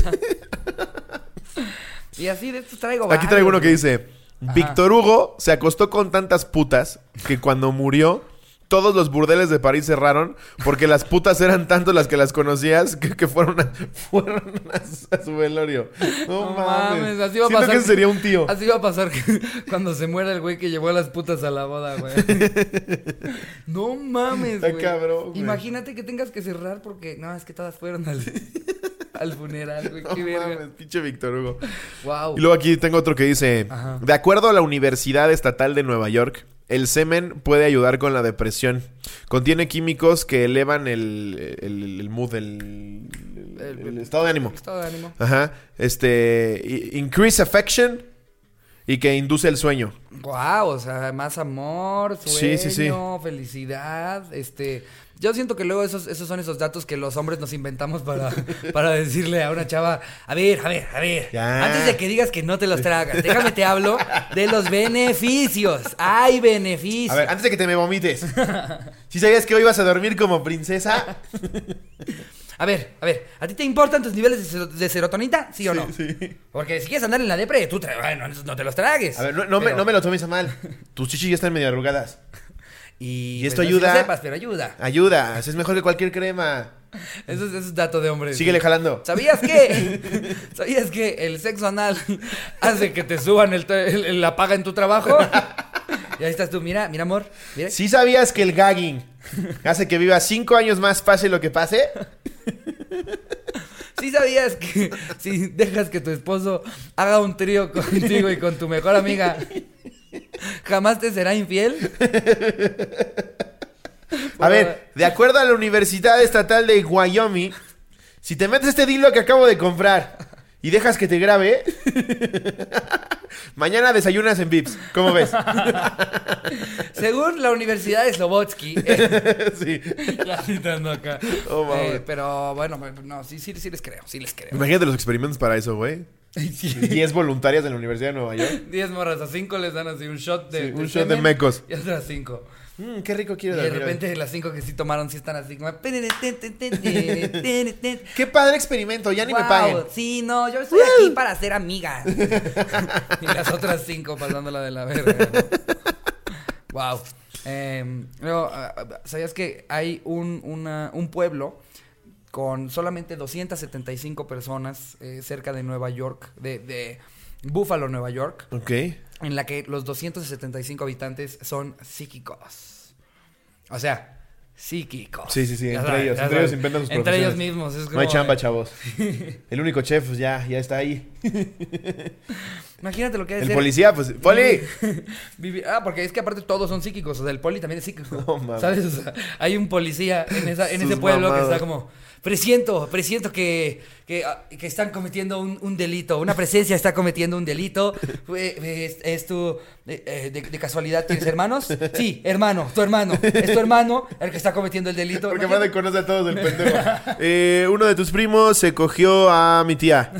A: Y así de estos traigo.
B: Aquí
A: varios,
B: traigo uno que
A: güey.
B: dice: Víctor Hugo se acostó con tantas putas que cuando murió. Todos los burdeles de París cerraron porque las putas eran tanto las que las conocías que, que fueron, a, fueron a, su velorio. No,
A: No
B: mames.
A: mames, así va a
B: Siento
A: pasar.
B: que sería un tío.
A: Así va a pasar que- cuando se muera el güey que llevó a las putas a la boda, güey. No mames,
B: Está
A: güey.
B: cabrón, güey.
A: Imagínate que tengas que cerrar porque no, es que todas fueron al, al funeral, güey.
B: No
A: Qué verga.
B: mames, pinche Víctor Hugo.
A: Wow.
B: Y luego aquí tengo otro que dice,
A: Oh. Ajá.
B: de acuerdo a la Universidad Estatal de Nueva York, el semen puede ayudar con la depresión. Contiene químicos que elevan el, el- el mood, el, el- el estado de ánimo.
A: Estado de ánimo.
B: Ajá. Este, i- increase affection y que induce el sueño.
A: Wow, o sea, más amor, sueño,
B: Sí, sí, sí.
A: felicidad, este... Yo siento que luego esos, esos son esos datos que los hombres nos inventamos para, para decirle a una chava, a ver, a ver, a ver,
B: Ya.
A: antes de que digas que no te los tragas, déjame te hablo de los beneficios. Hay beneficios.
B: A ver, antes de que te me vomites. Si sabías que hoy vas a dormir como princesa,
A: A ver, a ver, ¿a ti te importan tus niveles de, sero- de serotonina? ¿Sí o no? Porque si quieres andar en la depre, tú tra- bueno, no te los tragues.
B: a ver, no, no me,
A: Pero-
B: no me lo tomes a mal. Tus chichis ya están medio arrugadas.
A: Y,
B: Y esto
A: pues, no es que
B: ayuda-
A: lo sepas, pero ayuda.
B: Ayuda, es mejor que cualquier crema.
A: Eso, es- eso es dato de hombre.
B: Síguele jalando.
A: ¿Sabías que? ¿Sabías que el sexo anal hace que te suban el, tra- el- el- la paga en tu trabajo? Y ahí estás tú, mira, mira, amor. Mira.
B: ¿Sí sabías que el gagging hace que viva cinco años más pase lo que pase?
A: ¿Sí sabías que si dejas que tu esposo haga un trío contigo y con tu mejor amiga, jamás te será infiel?
B: A ver, de acuerdo a la Universidad Estatal de Wyoming, si te metes este dilo que acabo de comprar y dejas que te grabe, mañana desayunas en Vips. ¿Cómo ves?
A: Según la Universidad de Slovotsky, eh,
B: Sí.
A: ya citando acá.
B: Oh, mames.
A: Eh, pero bueno, no, sí, sí, sí les creo, sí les creo.
B: Imagínate los experimentos para eso, güey. Diez voluntarias de la Universidad de Nueva York.
A: 10 morras, a 5 les dan así un shot de.
B: Sí, un shot de mecos.
A: Y otras 5.
B: Mm, qué rico
A: Y
B: quiero
A: de
B: dormir hoy.
A: repente las 5 que sí tomaron sí están así como.
B: Qué padre experimento, ya ni me
A: Guau,
B: paguen.
A: Sí, no, yo estoy aquí para ser amiga. y las otras cinco pasándola de la verga. wow. luego, ah, ah, ¿sabías que hay un, una- un pueblo con solamente 275 personas eh, cerca de Nueva York, de, de Buffalo, Nueva York,
B: Ok.
A: en la que los 275 habitantes son psíquicos? O sea, psíquicos.
B: Sí, sí, sí,
A: Ya
B: entre
A: sabes,
B: ellos,
A: ya
B: entre ellos
A: sabes.
B: inventan sus
A: Entre ellos
B: profesiones.
A: mismos. es
B: No hay
A: como
B: chamba,
A: de-
B: chavos. El único chef pues, ya, ya está ahí.
A: Imagínate lo que es
B: El policía, pues. ¡Poli!
A: Vivi- ah, porque es que aparte todos son psíquicos. O sea, el poli también es psíquico.
B: No mames.
A: ¿Sabes? O sea, hay un policía en, esa, en
B: Sus
A: ese pueblo que
B: mamadas.
A: está como. Presiento, presiento que, que, ah, que están cometiendo un, un delito. Una presencia está cometiendo un delito. Eh, eh, ¿Es, es tu. eh, eh, de, de casualidad tienes hermanos? Sí, hermano, tu hermano. Es tu hermano el que está cometiendo el delito.
B: Porque
A: Imagínate-
B: aparte conoce a todos el pendejo. Eh, uno de tus primos se cogió a mi tía.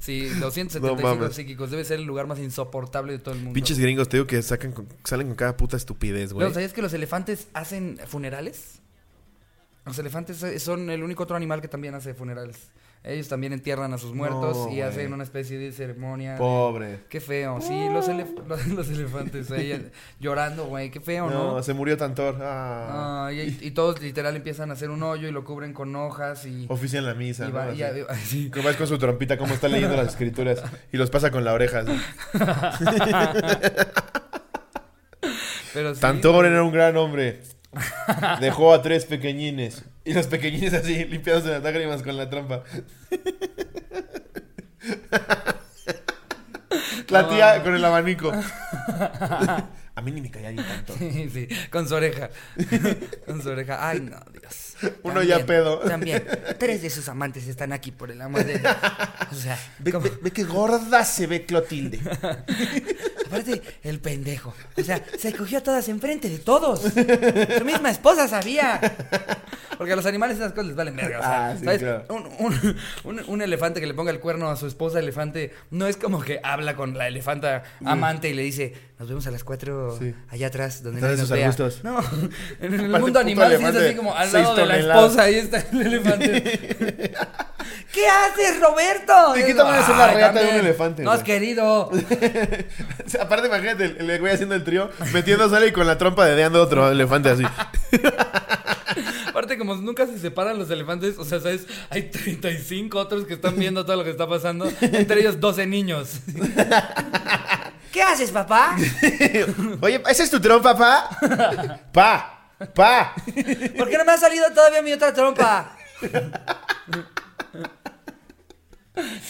A: Sí, 275
B: No mames.
A: psíquicos. Debe ser el lugar más insoportable de todo el mundo.
B: Pinches gringos, te digo que sacan con- salen con cada puta estupidez, güey.
A: Luego, ¿Sabías que los elefantes hacen funerales? Los elefantes eh, son el único otro animal que también hace funerales. Ellos también entierran a sus muertos y
B: güey.
A: hacen una especie de ceremonia. de-
B: Pobre.
A: Qué feo, sí, los, elef- los- los elefantes ahí eh, llorando, güey, qué feo, ¿no?
B: No, se murió Tantor. Ah.
A: Ah, y, y todos literal empiezan a hacer un hoyo y lo cubren con hojas y...
B: Ofician la misa.
A: y
B: ¿no?
A: va-
B: Así.
A: y- así.
B: Que vas con su trompita, cómo está leyendo las escrituras. Y los pasa con la oreja. así.
A: Pero sí,
B: Tantor era un gran hombre. Dejó a tres pequeñines. Y los pequeñines así, limpiándose las lágrimas con la trampa. La tía con el abanico. A mí ni me caía ni tanto.
A: Sí, sí, con su oreja. con su oreja. Ay, no, Dios.
B: Uno ya pedo.
A: También. Tres de sus amantes están aquí, por el amor de Dios. O sea,
B: Ve,
A: como-
B: ve- ve que gorda se ve Clotilde.
A: aparte, el pendejo. O sea, se cogió a todas enfrente de todos. Su misma esposa sabía. Porque a los animales esas cosas les valen verga. O sea,
B: Ah, sí,
A: ¿sabes?
B: claro.
A: Un, un- un- un elefante que le ponga el cuerno a su esposa elefante no es como que habla con la elefanta amante y le dice, nos vemos a las cuatro
B: Mm. Sí.
A: allá atrás, donde
B: Atrás
A: nadie
B: de
A: nos
B: sus
A: vea.
B: arbustos.
A: No, en el
B: Aparte,
A: mundo
B: puto
A: animal sí es
B: elefante
A: así como al
B: de
A: lado de
B: seis
A: la
B: toneladas.
A: esposa, ahí está el elefante. ¿Qué haces, Roberto?
B: ¿De qué
A: Y es,
B: tamaño es una
A: "Ay,
B: reata de un
A: también,
B: elefante,
A: No has
B: güey?"
A: querido.
B: O sea, aparte, imagínate, el, el güey haciendo el trío, metiéndosele y con la trompa dedeando otro elefante así.
A: Aparte, como nunca se separan los elefantes, o sea, ¿sabes? Hay 35 otros que están viendo todo lo que está pasando, entre ellos 12 niños.
D: ¿Qué haces, papá?
B: Oye, ¿esa es tu trompa, pa? Pa, pa.
D: ¿Por qué no me ha salido todavía mi otra trompa?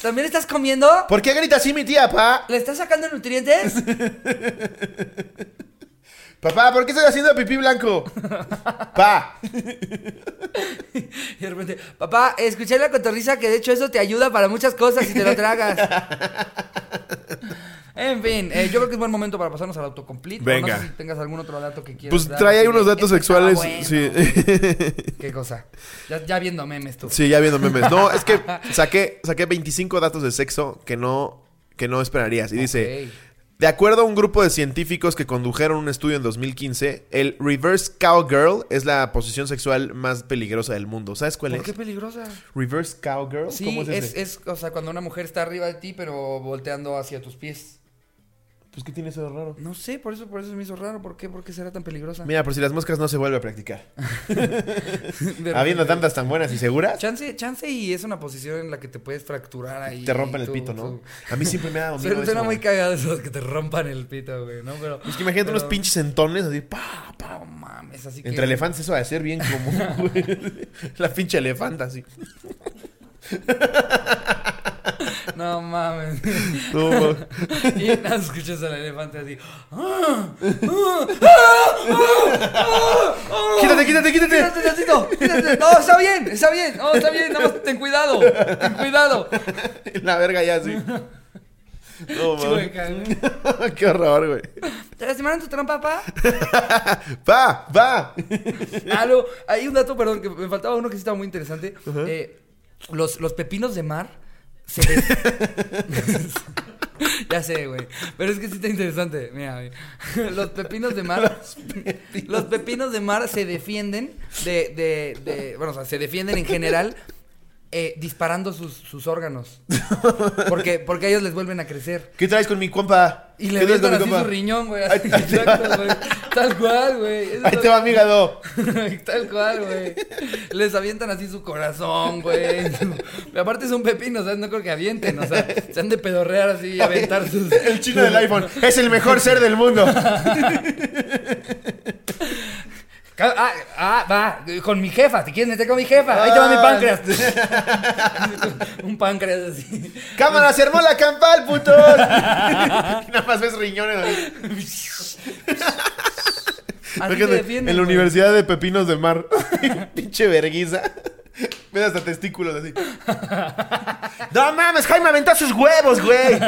A: ¿También estás comiendo?
B: ¿Por qué grita así mi tía, pa?
A: ¿Le estás sacando nutrientes?
B: Papá, ¿por qué estás haciendo pipí blanco? Pa.
A: Y de repente, papá, escuché la cotorriza que de hecho eso te ayuda para muchas cosas si te lo tragas. En fin, eh, yo creo que es buen momento para pasarnos al autocomplete. o
B: Venga.
A: No sé si tengas algún otro dato que quieras.
B: Pues
A: dar,
B: trae
A: así
B: ahí unos
A: de,
B: datos
A: "Esto estaba
B: sexuales.
A: bueno".
B: Sí.
A: ¿Qué cosa? Ya, ya viendo memes tú.
B: sí, ya viendo memes. No, es que saqué, saqué 25 datos de sexo que no, que no esperarías. Y dice,
A: Ok.
B: de acuerdo a un grupo de científicos que condujeron un estudio en 2015, el reverse cowgirl es la posición sexual más peligrosa del mundo. ¿Sabes cuál
A: ¿Por
B: es?
A: qué peligrosa?
B: ¿Reverse cowgirl?
A: Sí,
B: ¿Cómo es
A: es,
B: ese?
A: es, o sea, cuando una mujer está arriba de ti, pero volteando hacia tus pies.
B: Pues, ¿qué tiene eso de raro?
A: No sé, por eso, por eso se me hizo raro. ¿Por qué? ¿Por qué será tan peligrosa?
B: Mira, por si las moscas no se vuelve a practicar.
A: De-
B: Habiendo tantas tan buenas y seguras,
A: Chance, chance y es una posición en la que te puedes fracturar ahí.
B: te rompen el
A: tú-
B: pito, ¿no?
A: tú-
B: A mí siempre me ha dado miedo
A: Suena,
B: eso.
A: suena muy
B: güey.
A: cagado eso de que te rompan el pito, güey, ¿no? Pero.
B: Es que imagínate
A: pero-
B: unos pinches entones así, pa, pa.
A: Ah, No mames, así que.
B: Entre elefantes eso va a ser bien común, güey. La pinche elefanta, así.
A: No mames.
B: No, ma-
A: y nada, escuchas al elefante así. "Ah,
B: quítate, quítate, quítate.
A: ah, ¡Quítate, tantito! ¡Quítate! ¡No, está bien! ¡Está bien! ¡No, está bien! ¡Nada más ten cuidado! ¡Ten cuidado!
B: La verga ya, así. No, mames.
A: Chueca, güey.
B: Qué horror, güey.
A: ¿Te lastimaron tu trompa, papá?
B: ¡Va! ¡Va!
A: Ah, luego, hay un dato, perdón, que me faltaba uno que sí estaba muy interesante. Eh, los, los pepinos de mar se des- ya sé, güey. Pero es que sí está interesante. Mira, güey. Los pepinos de mar. los pepinos de mar se defienden de. de, de- bueno, o sea, se defienden en general. eh, disparando sus, sus órganos. Porque, porque ellos les vuelven a crecer.
B: ¿Qué traes con mi compa?
A: Y
B: ¿Qué
A: le
B: traes
A: avientan así
B: compa?
A: su riñón, güey.
B: Ahí-
A: así,
B: ahí te va.
A: exacto, güey. Tal cual, güey. Eso
B: Ahí
A: está-
B: te va, amigado.
A: Tal cual, güey. Les avientan así su corazón, güey. Su- Aparte es un pepino, o sea, no creo que avienten, o sea, se han de pedorrear así y aventar sus...
B: El chino del iPhone. Es el mejor ser del mundo.
A: Ca- Ah, ah, va, con mi jefa, si quieres meter con mi jefa, ahí te
B: Ah,
A: va mi páncreas. un páncreas así.
B: Cámara, se armó la campal, putos. Y Nada más ves riñones. ahí.
A: Así se
B: Fíjate,
A: defienden,
B: en la
A: güey.
B: Universidad de Pepinos de Mar. Pinche verguiza. Ves hasta testículos así. No mames, Jaime aventó sus huevos, güey.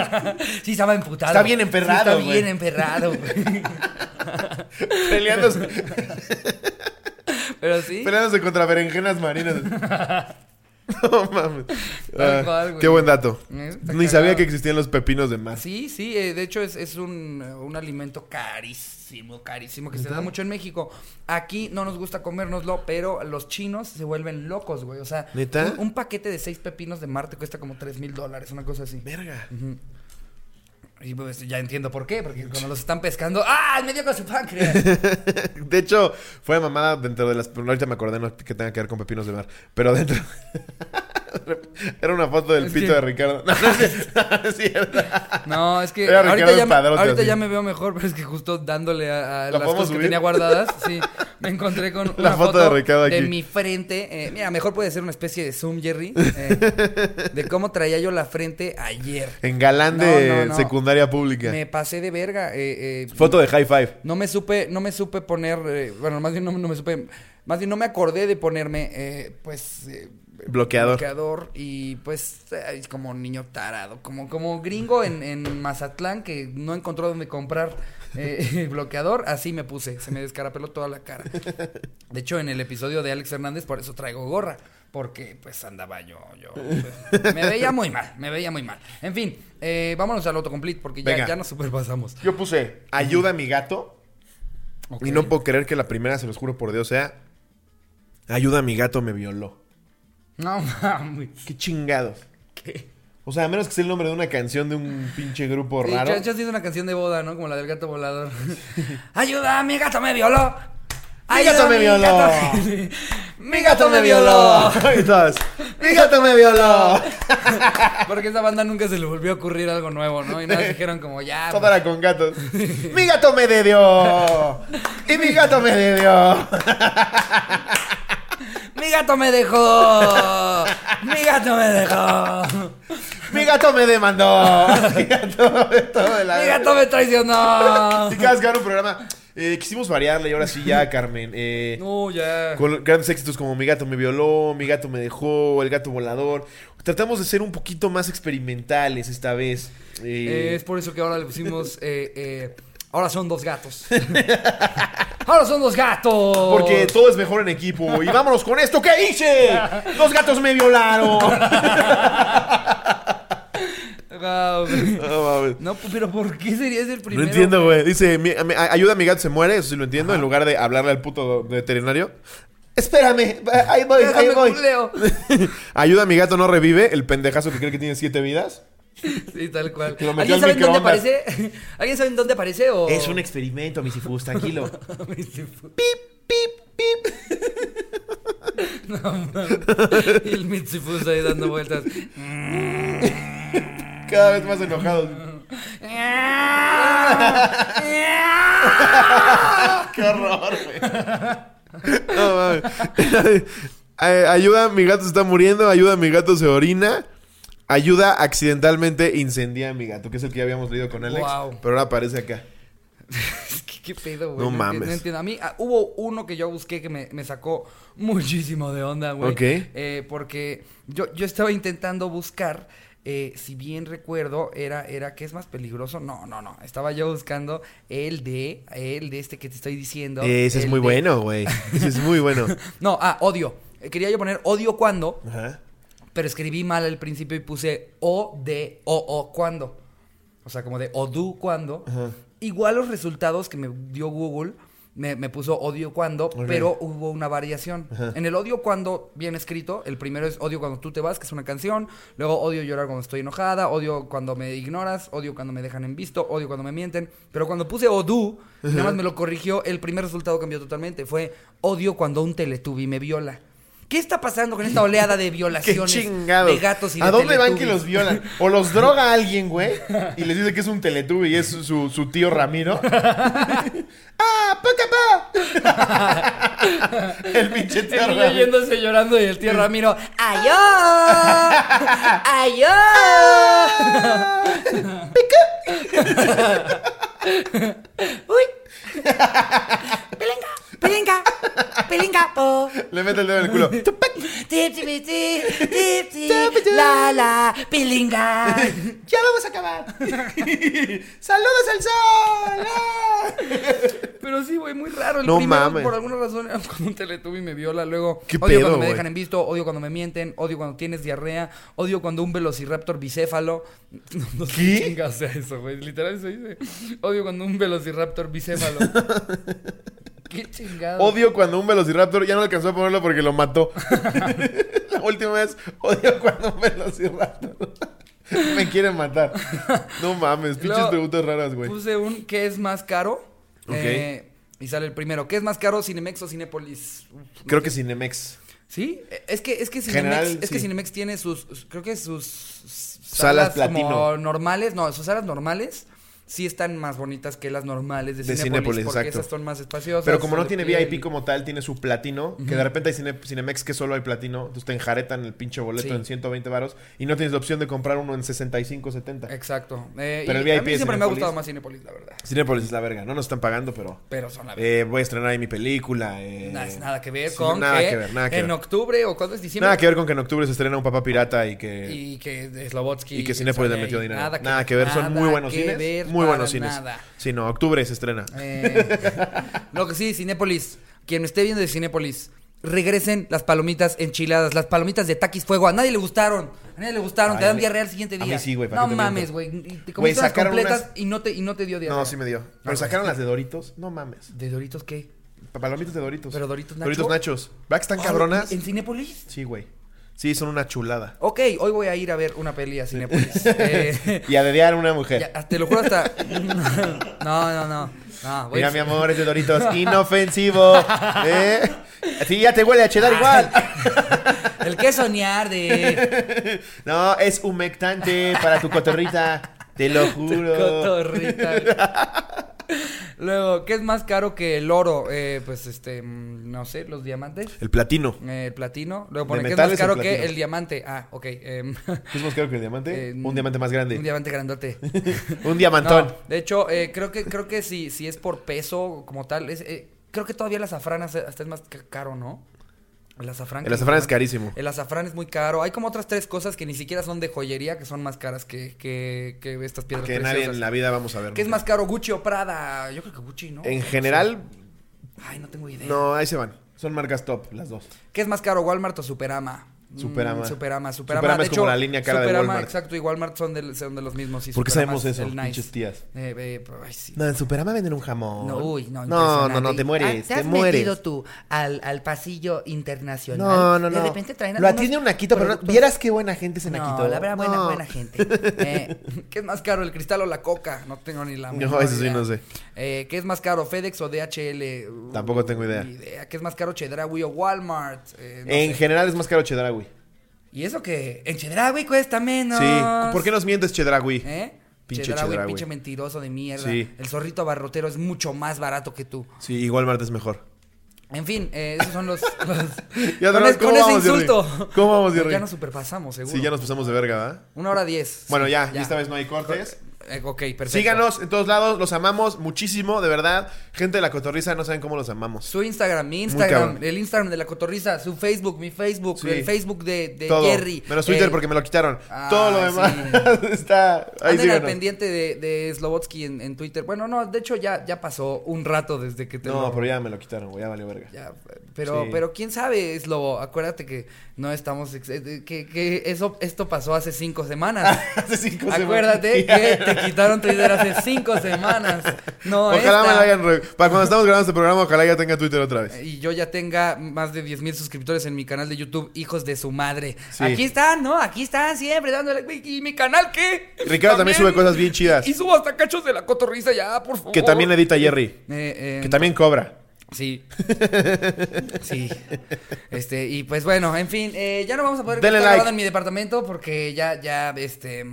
A: Sí, estaba emputado.
B: Está bien emperrado,
A: Sí, está
B: güey.
A: bien emperrado, güey.
B: Peleándose,
A: Pero sí.
B: peleándose contra berenjenas marinas. No mames.
A: Tal
B: Ah,
A: cual, güey.
B: qué buen dato.
A: Eh, está
B: Ni sabía
A: cagado.
B: que existían los pepinos de mar.
A: Sí, sí, eh, de hecho es, es un, eh, un alimento carísimo, carísimo, que se da mucho en México. Aquí no nos gusta comérnoslo, pero los chinos se vuelven locos, güey. O sea,
B: ¿Neta?
A: Un, un paquete de seis pepinos de mar te cuesta como tres mil dólares, una cosa así.
B: Verga.
A: Y pues, ya entiendo por qué, porque cuando los están pescando, ¡ah! Me dio con su páncreas.
B: De hecho, fue mamada dentro de las. pero Ahorita me acordé no que tenga que ver con pepinos de mar. Pero dentro. Era una foto del
A: Es
B: pito
A: que-
B: de Ricardo. No, no es cierto. No es cierto.
A: No, es que
B: Era
A: ahorita,
B: Ricardo
A: ya me,
B: Padrote,
A: ahorita
B: así.
A: ya me veo mejor, pero es que justo dándole a, a
B: ¿La
A: las
B: podemos
A: cosas
B: subir?
A: que tenía guardadas, sí, me encontré con una
B: foto de Ricardo
A: de
B: aquí.
A: mi frente. eh, mira, mejor puede ser una especie de zoom, Jerry, eh, de cómo traía yo la frente ayer.
B: En galán
A: No,
B: de
A: no, no.
B: secundaria pública.
A: Me pasé de verga. eh, eh,
B: Foto de high five.
A: no me supe, no me supe poner, eh, bueno, más bien no, no me supe, más bien no me acordé de ponerme, eh, pues... eh,
B: Bloqueador.
A: bloqueador y pues ay, como niño tarado, como, como gringo en, en Mazatlán que no encontró dónde comprar eh, bloqueador, así me puse, se me descarapeló toda la cara. De hecho, en el episodio de Alex Hernández, por eso traigo gorra, porque pues andaba yo, yo pues, me veía muy mal, me veía muy mal. En fin, eh, vámonos al autocomplete porque
B: Venga.
A: ya, ya nos superpasamos.
B: Yo puse ayuda a mi gato.
A: Ok.
B: Y no puedo creer que la primera, se los juro por Dios, sea ayuda a mi gato me violó.
A: No mames.
B: Qué chingados. O sea, a menos que sea el nombre de una canción de un pinche grupo
A: Sí,
B: raro.
A: ya, ya has sido una canción de boda, ¿no? Como la del gato volador. ¡Ayuda! ¡Mi gato me violó!
B: Mi gato me violó.
A: gato- ¡Mi gato me violó!
B: Y todos, ¡Mi gato me violó!
A: Porque esa banda nunca se le volvió a ocurrir algo nuevo, ¿no? Y nada, dijeron como ya.
B: Todo era con gatos. ¡Mi gato me dedió! ¡Y mi gato me dedió!
A: ¡Mi gato me dejó! ¡Mi gato me dejó!
B: ¡Mi gato me demandó! ¡Mi gato todo de la...
A: ¡Mi gato me traicionó!
B: Y cada vez que hago un programa, eh, quisimos variarle y ahora sí ya, Carmen. eh,
A: No, ya.
B: Con grandes éxitos como Mi gato me violó, Mi gato me dejó, El gato volador. Tratamos de ser un poquito más experimentales esta vez.
A: Eh,
B: eh,
A: es por eso que ahora le pusimos. eh, eh, ahora son dos gatos. ¡Ahora son dos gatos!
B: Porque todo es mejor en equipo. Y vámonos con esto. ¿Qué hice? Los gatos me violaron.
A: Guau, güey. No, pu- pero ¿por qué serías el
B: No
A: primero?
B: entiendo, güey. Dice, mi- a- mi- a- ayuda a mi gato se muere, eso sí lo entiendo, en lugar de hablarle al puto veterinario. Espérame, va- ahí voy,
A: Déjame
B: ahí voy.
A: googleo.
B: ayuda a mi gato no revive, el pendejazo que cree que tiene siete vidas.
A: Sí, tal cual.
B: Lo metió
A: ¿Alguien sabe
B: al
A: en dónde
B: microondas.
A: aparece? ¿Alguien sabe en dónde aparece? O...
B: Es un experimento, mi Sifus, tranquilo.
A: No, mames. Y el Mitsifus ahí dando vueltas.
B: Cada vez más enojado. ¡Qué horror, güey! No mames. Ay, Ayuda, mi gato se está muriendo. Ayuda, mi gato se orina. Ayuda, accidentalmente incendia a mi gato, que es el que ya habíamos leído con Alex.
A: Wow.
B: Pero ahora aparece acá.
A: ¿Qué, qué pedo, güey?
B: No
A: que
B: mames.
A: No entiendo. A mí ah, hubo uno que yo busqué que me, me sacó muchísimo de onda, güey.
B: Ok.
A: Eh, porque yo, yo estaba intentando buscar, eh, si bien recuerdo, era, era que es más peligroso. No, no, no. Estaba yo buscando el de, el de este que te estoy diciendo.
B: Ese es
A: el
B: muy
A: de-
B: bueno, güey. Ese es muy bueno.
A: No, ah, odio. Eh, Quería yo poner odio cuando,
B: Ajá.
A: pero escribí mal al principio y puse o de o o cuando. O sea, como de odu cuando. Igual los resultados que me dio Google me, me puso odio cuando, pero hubo una variación. En el odio cuando, bien escrito, el primero es odio cuando tú te vas, que es una canción. Luego odio llorar cuando estoy enojada, odio cuando me ignoras, odio cuando me dejan en visto, odio cuando me mienten. Pero cuando puse odu, nada más me lo corrigió, el primer resultado cambió totalmente. Fue odio cuando un teletubi me viola. ¿Qué está pasando con esta oleada de
B: Qué
A: violaciones
B: chingados.
A: de gatos y de
B: ¿A dónde van que
A: Teletubbies?
B: los violan? O los droga alguien, güey, y les dice que es un teletubby y es su- su, su tío Ramiro. ¡Ah, poca pa! El pinche tío
A: El niño
B: Ramiro.
A: yéndose llorando y el tío Ramiro, ¡ayó! ¡Ayó!
D: Pelinga, pelinga, pelinga, po.
B: Le mete el dedo en el culo.
D: Tip, tip, tip, tip, tip, la, la, pelinga.
B: ¡Ya vamos a acabar! ¡Saludos al sol! ¡Ah!
A: Pero sí, güey, muy raro. El
B: No
A: primero,
B: mames.
A: por alguna razón, era cuando un teletubi me viola. Luego,
B: ¿Qué
A: odio
B: pedo,
A: cuando me
B: güey?
A: dejan en visto, odio cuando me mienten, odio cuando tienes diarrea, odio cuando un velociraptor bicéfalo. No, no sé
B: ¿Qué?
A: chingas sea eso, güey. Literal, eso dice. Odio cuando un velociraptor bicéfalo. Qué chingado.
B: Odio cuando un velociraptor ya no alcanzó a ponerlo porque lo mató. La última vez, odio cuando un velociraptor me quiere matar. No mames, pinches
A: Luego, pues,
B: preguntas raras, güey.
A: Puse un ¿qué es más caro?
B: Ok.
A: Eh, y sale el primero. ¿Qué es más caro, Cinemex o Cinépolis? Uf, no
B: Creo
A: sé.
B: que Cinemex.
A: Sí, eh, es que es que Cinemex,
B: General,
A: es que
B: sí.
A: Cinemex tiene sus sus- creo que sus s-
B: Salas
A: como
B: platino.
A: normales, no, sus salas normales sí están más bonitas que las normales de,
B: De
A: Cinépolis,
B: Cinépolis,
A: porque
B: exacto.
A: esas son más espaciosas.
B: Pero como
A: se
B: no
A: le
B: tiene
A: pide
B: VIP
A: el-
B: como tal, tiene su platino, que de repente hay Cine- Cinemex que solo hay platino, entonces te enjaretan el pinche boleto
A: Sí.
B: en 120 varos y no tienes la opción de comprar uno en 65, 70.
A: Exacto. Eh, y
B: Pero el VIP
A: a mí
B: es
A: siempre me ha
B: Cinépolis.
A: gustado más Cinépolis, la verdad.
B: Cinepolis es la verga, no nos están pagando, pero
A: Pero son la verdad.
B: eh, voy a estrenar ahí mi película. eh.
A: nada, es nada que ver
B: sí,
A: con
B: nada
A: que,
B: que ver, nada que
A: en
B: ver.
A: octubre o cuándo es diciembre
B: Nada que ver con que en octubre se estrena un papá pirata y que...
A: y que Slobotsky
B: Y que Cinepolis le
A: sale
B: metió
A: ahí.
B: dinero. Nada que, ver, son muy
A: nada
B: buenos
A: que
B: cines.
A: ver
B: muy
A: para
B: buenos cines.
A: nada.
B: Sí, no, octubre se estrena.
A: Eh, lo que sí, Cinépolis. Quien esté viendo de Cinépolis, regresen las palomitas enchiladas, las palomitas de taquis fuego. A nadie le gustaron. A nadie le gustaron.
B: Ay,
A: te dan
B: a mí-
A: diarrea al siguiente
B: a
A: día.
B: mí sí, güey, ¿para
A: No
B: qué te
A: mames,
B: miento?
A: güey. Y Te
B: Güey,
A: comiste unas
B: sacaron
A: completas
B: unas-
A: y, no te, y no te dio diarrea.
B: no, sí me dio. Pero
A: güey.
B: sacaron las de Doritos. No mames.
A: ¿De Doritos qué?
B: Pa- Palomitas de Doritos.
A: Pero Doritos Nacho.
B: Doritos Nachos. ¿Verdad que están
A: Oh,
B: cabronas?
A: ¿En Cinépolis?
B: Sí, güey. Sí, son una chulada.
A: Ok, hoy voy a ir a ver una peli a Cinépolis. Eh,
B: Y a dediar a una mujer.
A: ya, ah, te lo juro hasta. No, no, no. no voy
B: Mira,
A: a-
B: mi amor, es de Doritos. Inofensivo. ¿Eh? Sí, ya te huele a cheddar igual.
A: El que soñar de.
B: No, es humectante para tu cotorrita. Te lo juro.
A: Cotorrita. Luego, ¿qué es más caro que el oro? Eh, pues este, mm, no sé, los diamantes.
B: El platino.
A: Eh, el platino. Luego pone,
B: De
A: ¿qué es más
B: metales, el
A: caro que
B: platino.
A: el diamante? Ah, ok. em,
B: ¿Qué es más caro que el diamante?
A: eh,
B: un diamante más grande.
A: Un diamante grandote.
B: un diamantón.
A: No, de hecho, eh, creo que, creo que si, si es por peso como tal, es, eh, creo que todavía el azafrán hace- hasta es más ca- caro, ¿no? El azafrán.
B: El
A: que-
B: azafrán es carísimo.
A: El azafrán es muy caro. Hay como otras tres cosas que ni siquiera son de joyería, que son más caras que, que, que estas piedras
B: Que nadie
A: preciosas.
B: en la vida vamos a ver.
A: ¿Qué es más caro, Gucci o Prada? Yo creo que Gucci, ¿no?
B: En general,
A: Ay, no tengo idea.
B: no, ahí se van. Son marcas top, las dos.
A: ¿Qué es más caro, Walmart o Superama? Mm,
B: Superama.
A: Superama, Superama.
B: Superama
A: de
B: es como
A: hecho,
B: la línea cara de
A: Superama,
B: Walmart.
A: exacto, y Walmart son de, son de los mismos. Sí,
B: ¿Por qué
A: Superama
B: sabemos
A: es
B: eso?
A: el
B: Pinches tías.
A: Eh, eh, pero, ay, sí.
B: No, en Superama venden un jamón.
A: No, uy, no,
B: No, no,
A: impresionante.
B: no, te
D: Ah,
B: mueres,
D: ¿Te
B: te
D: has
B: mueres.
D: metido tú al, al pasillo internacional?
B: No, no, no.
D: De repente traen
B: Lo
D: algunos
B: atiende un naquito, pero no-
D: productos-
B: vieras qué buena gente es en naquito.
D: No, la verdad, buena,
B: No.
D: buena gente.
A: Eh, ¿Qué es más caro, el cristal o la coca? No tengo ni la
B: No,
A: menor
B: eso sí
A: idea.
B: no sé.
A: Eh, ¿Qué es más caro, FedEx o DHL? Uh,
B: Tampoco tengo idea.
A: Ni ¿Qué es más caro, Chedraui o Walmart? Eh, no
B: en
A: sé.
B: general es más caro Chedragui.
A: ¿Y eso que En Chedraui cuesta menos.
B: Sí. ¿Por qué nos mientes, Chedragui?
A: ¿Eh?
B: Pinche
A: Pinche
B: Chedraui.
A: pinche mentiroso de mierda.
B: Sí.
A: El zorrito barrotero es mucho más barato que tú.
B: Sí, igual Marte es mejor.
A: En fin, eh, esos son los. los-
B: Ya
A: con
B: tenemos-
A: es- con
B: ¿cómo
A: ese
B: vamos, Jerry?
A: insulto.
B: ¿Cómo vamos, Jerry?
A: Ya nos superpasamos, seguro.
B: Sí, ya nos pasamos de verga, ¿verdad?
A: Una hora diez.
B: Bueno,
A: Sí,
B: ya, y esta vez no hay cortes.
A: Eh, ok, perfecto.
B: Síganos en todos lados, los amamos muchísimo, de verdad. Gente de la cotorriza, no saben cómo los amamos.
A: Su Instagram, mi
B: cabrón.
A: Instagram, el Instagram de la cotorriza, su Facebook, mi Facebook,
B: Sí.
A: el Facebook de, de
B: Todo.
A: Jerry. eh,
B: Menos Twitter
A: el-
B: porque me lo quitaron.
A: Ah,
B: Todo lo demás está. Ahí
A: Anden al
B: síganos.
A: pendiente de, de Slobotsky en, en Twitter. Bueno, no, de hecho ya, ya pasó un rato desde que te
B: No,
A: lo-
B: pero ya me lo quitaron, güey, ya valió verga.
A: Ya, pero,
B: Sí.
A: pero quién sabe, Slobo. Acuérdate que no estamos. ex- eh, Que, que eso, esto pasó hace cinco semanas.
B: Hace cinco semanas.
A: Acuérdate que te quitaron Twitter hace cinco semanas. No,
B: ojalá
A: esta. Eh,
B: me lo hayan. re- Para cuando estamos grabando este programa, ojalá ya tenga Twitter otra vez.
A: Y yo ya tenga más de 10 mil suscriptores en mi canal de YouTube, hijos de su madre.
B: Sí.
A: Aquí están, ¿no? Aquí están siempre dándole. güey, ¿Y mi canal qué?
B: Ricardo también sube cosas bien chidas.
A: Y subo hasta cachos de la cotorriza ya, por favor.
B: Que también edita Jerry.
A: Eh, eh,
B: Que también cobra.
A: Sí. sí. Este, y pues bueno, en fin, eh, ya no vamos a poder
B: Denle
A: estar
B: like.
A: grabando en mi departamento porque ya, ya, este,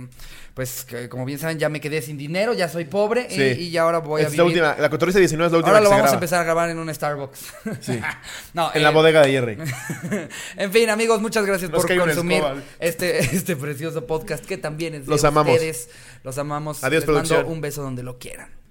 A: pues que, como bien saben, ya me quedé sin dinero, ya soy pobre
B: Sí.
A: y, y ahora voy
B: Es
A: a
B: la
A: vivir.
B: última. La cotorriza 19 es la última
A: ahora
B: que
A: lo
B: se
A: vamos a
B: graba.
A: empezar a grabar en un Starbucks.
B: Sí.
A: no,
B: En la
A: eh,
B: bodega de Jerry.
A: en fin, amigos, muchas gracias
B: Nos
A: por
B: cae una
A: consumir
B: escoba.
A: este, este precioso podcast que también es de
B: Los amamos.
A: ustedes. Los amamos.
B: Adiós,
A: Les
B: producción.
A: mando un beso donde lo quieran.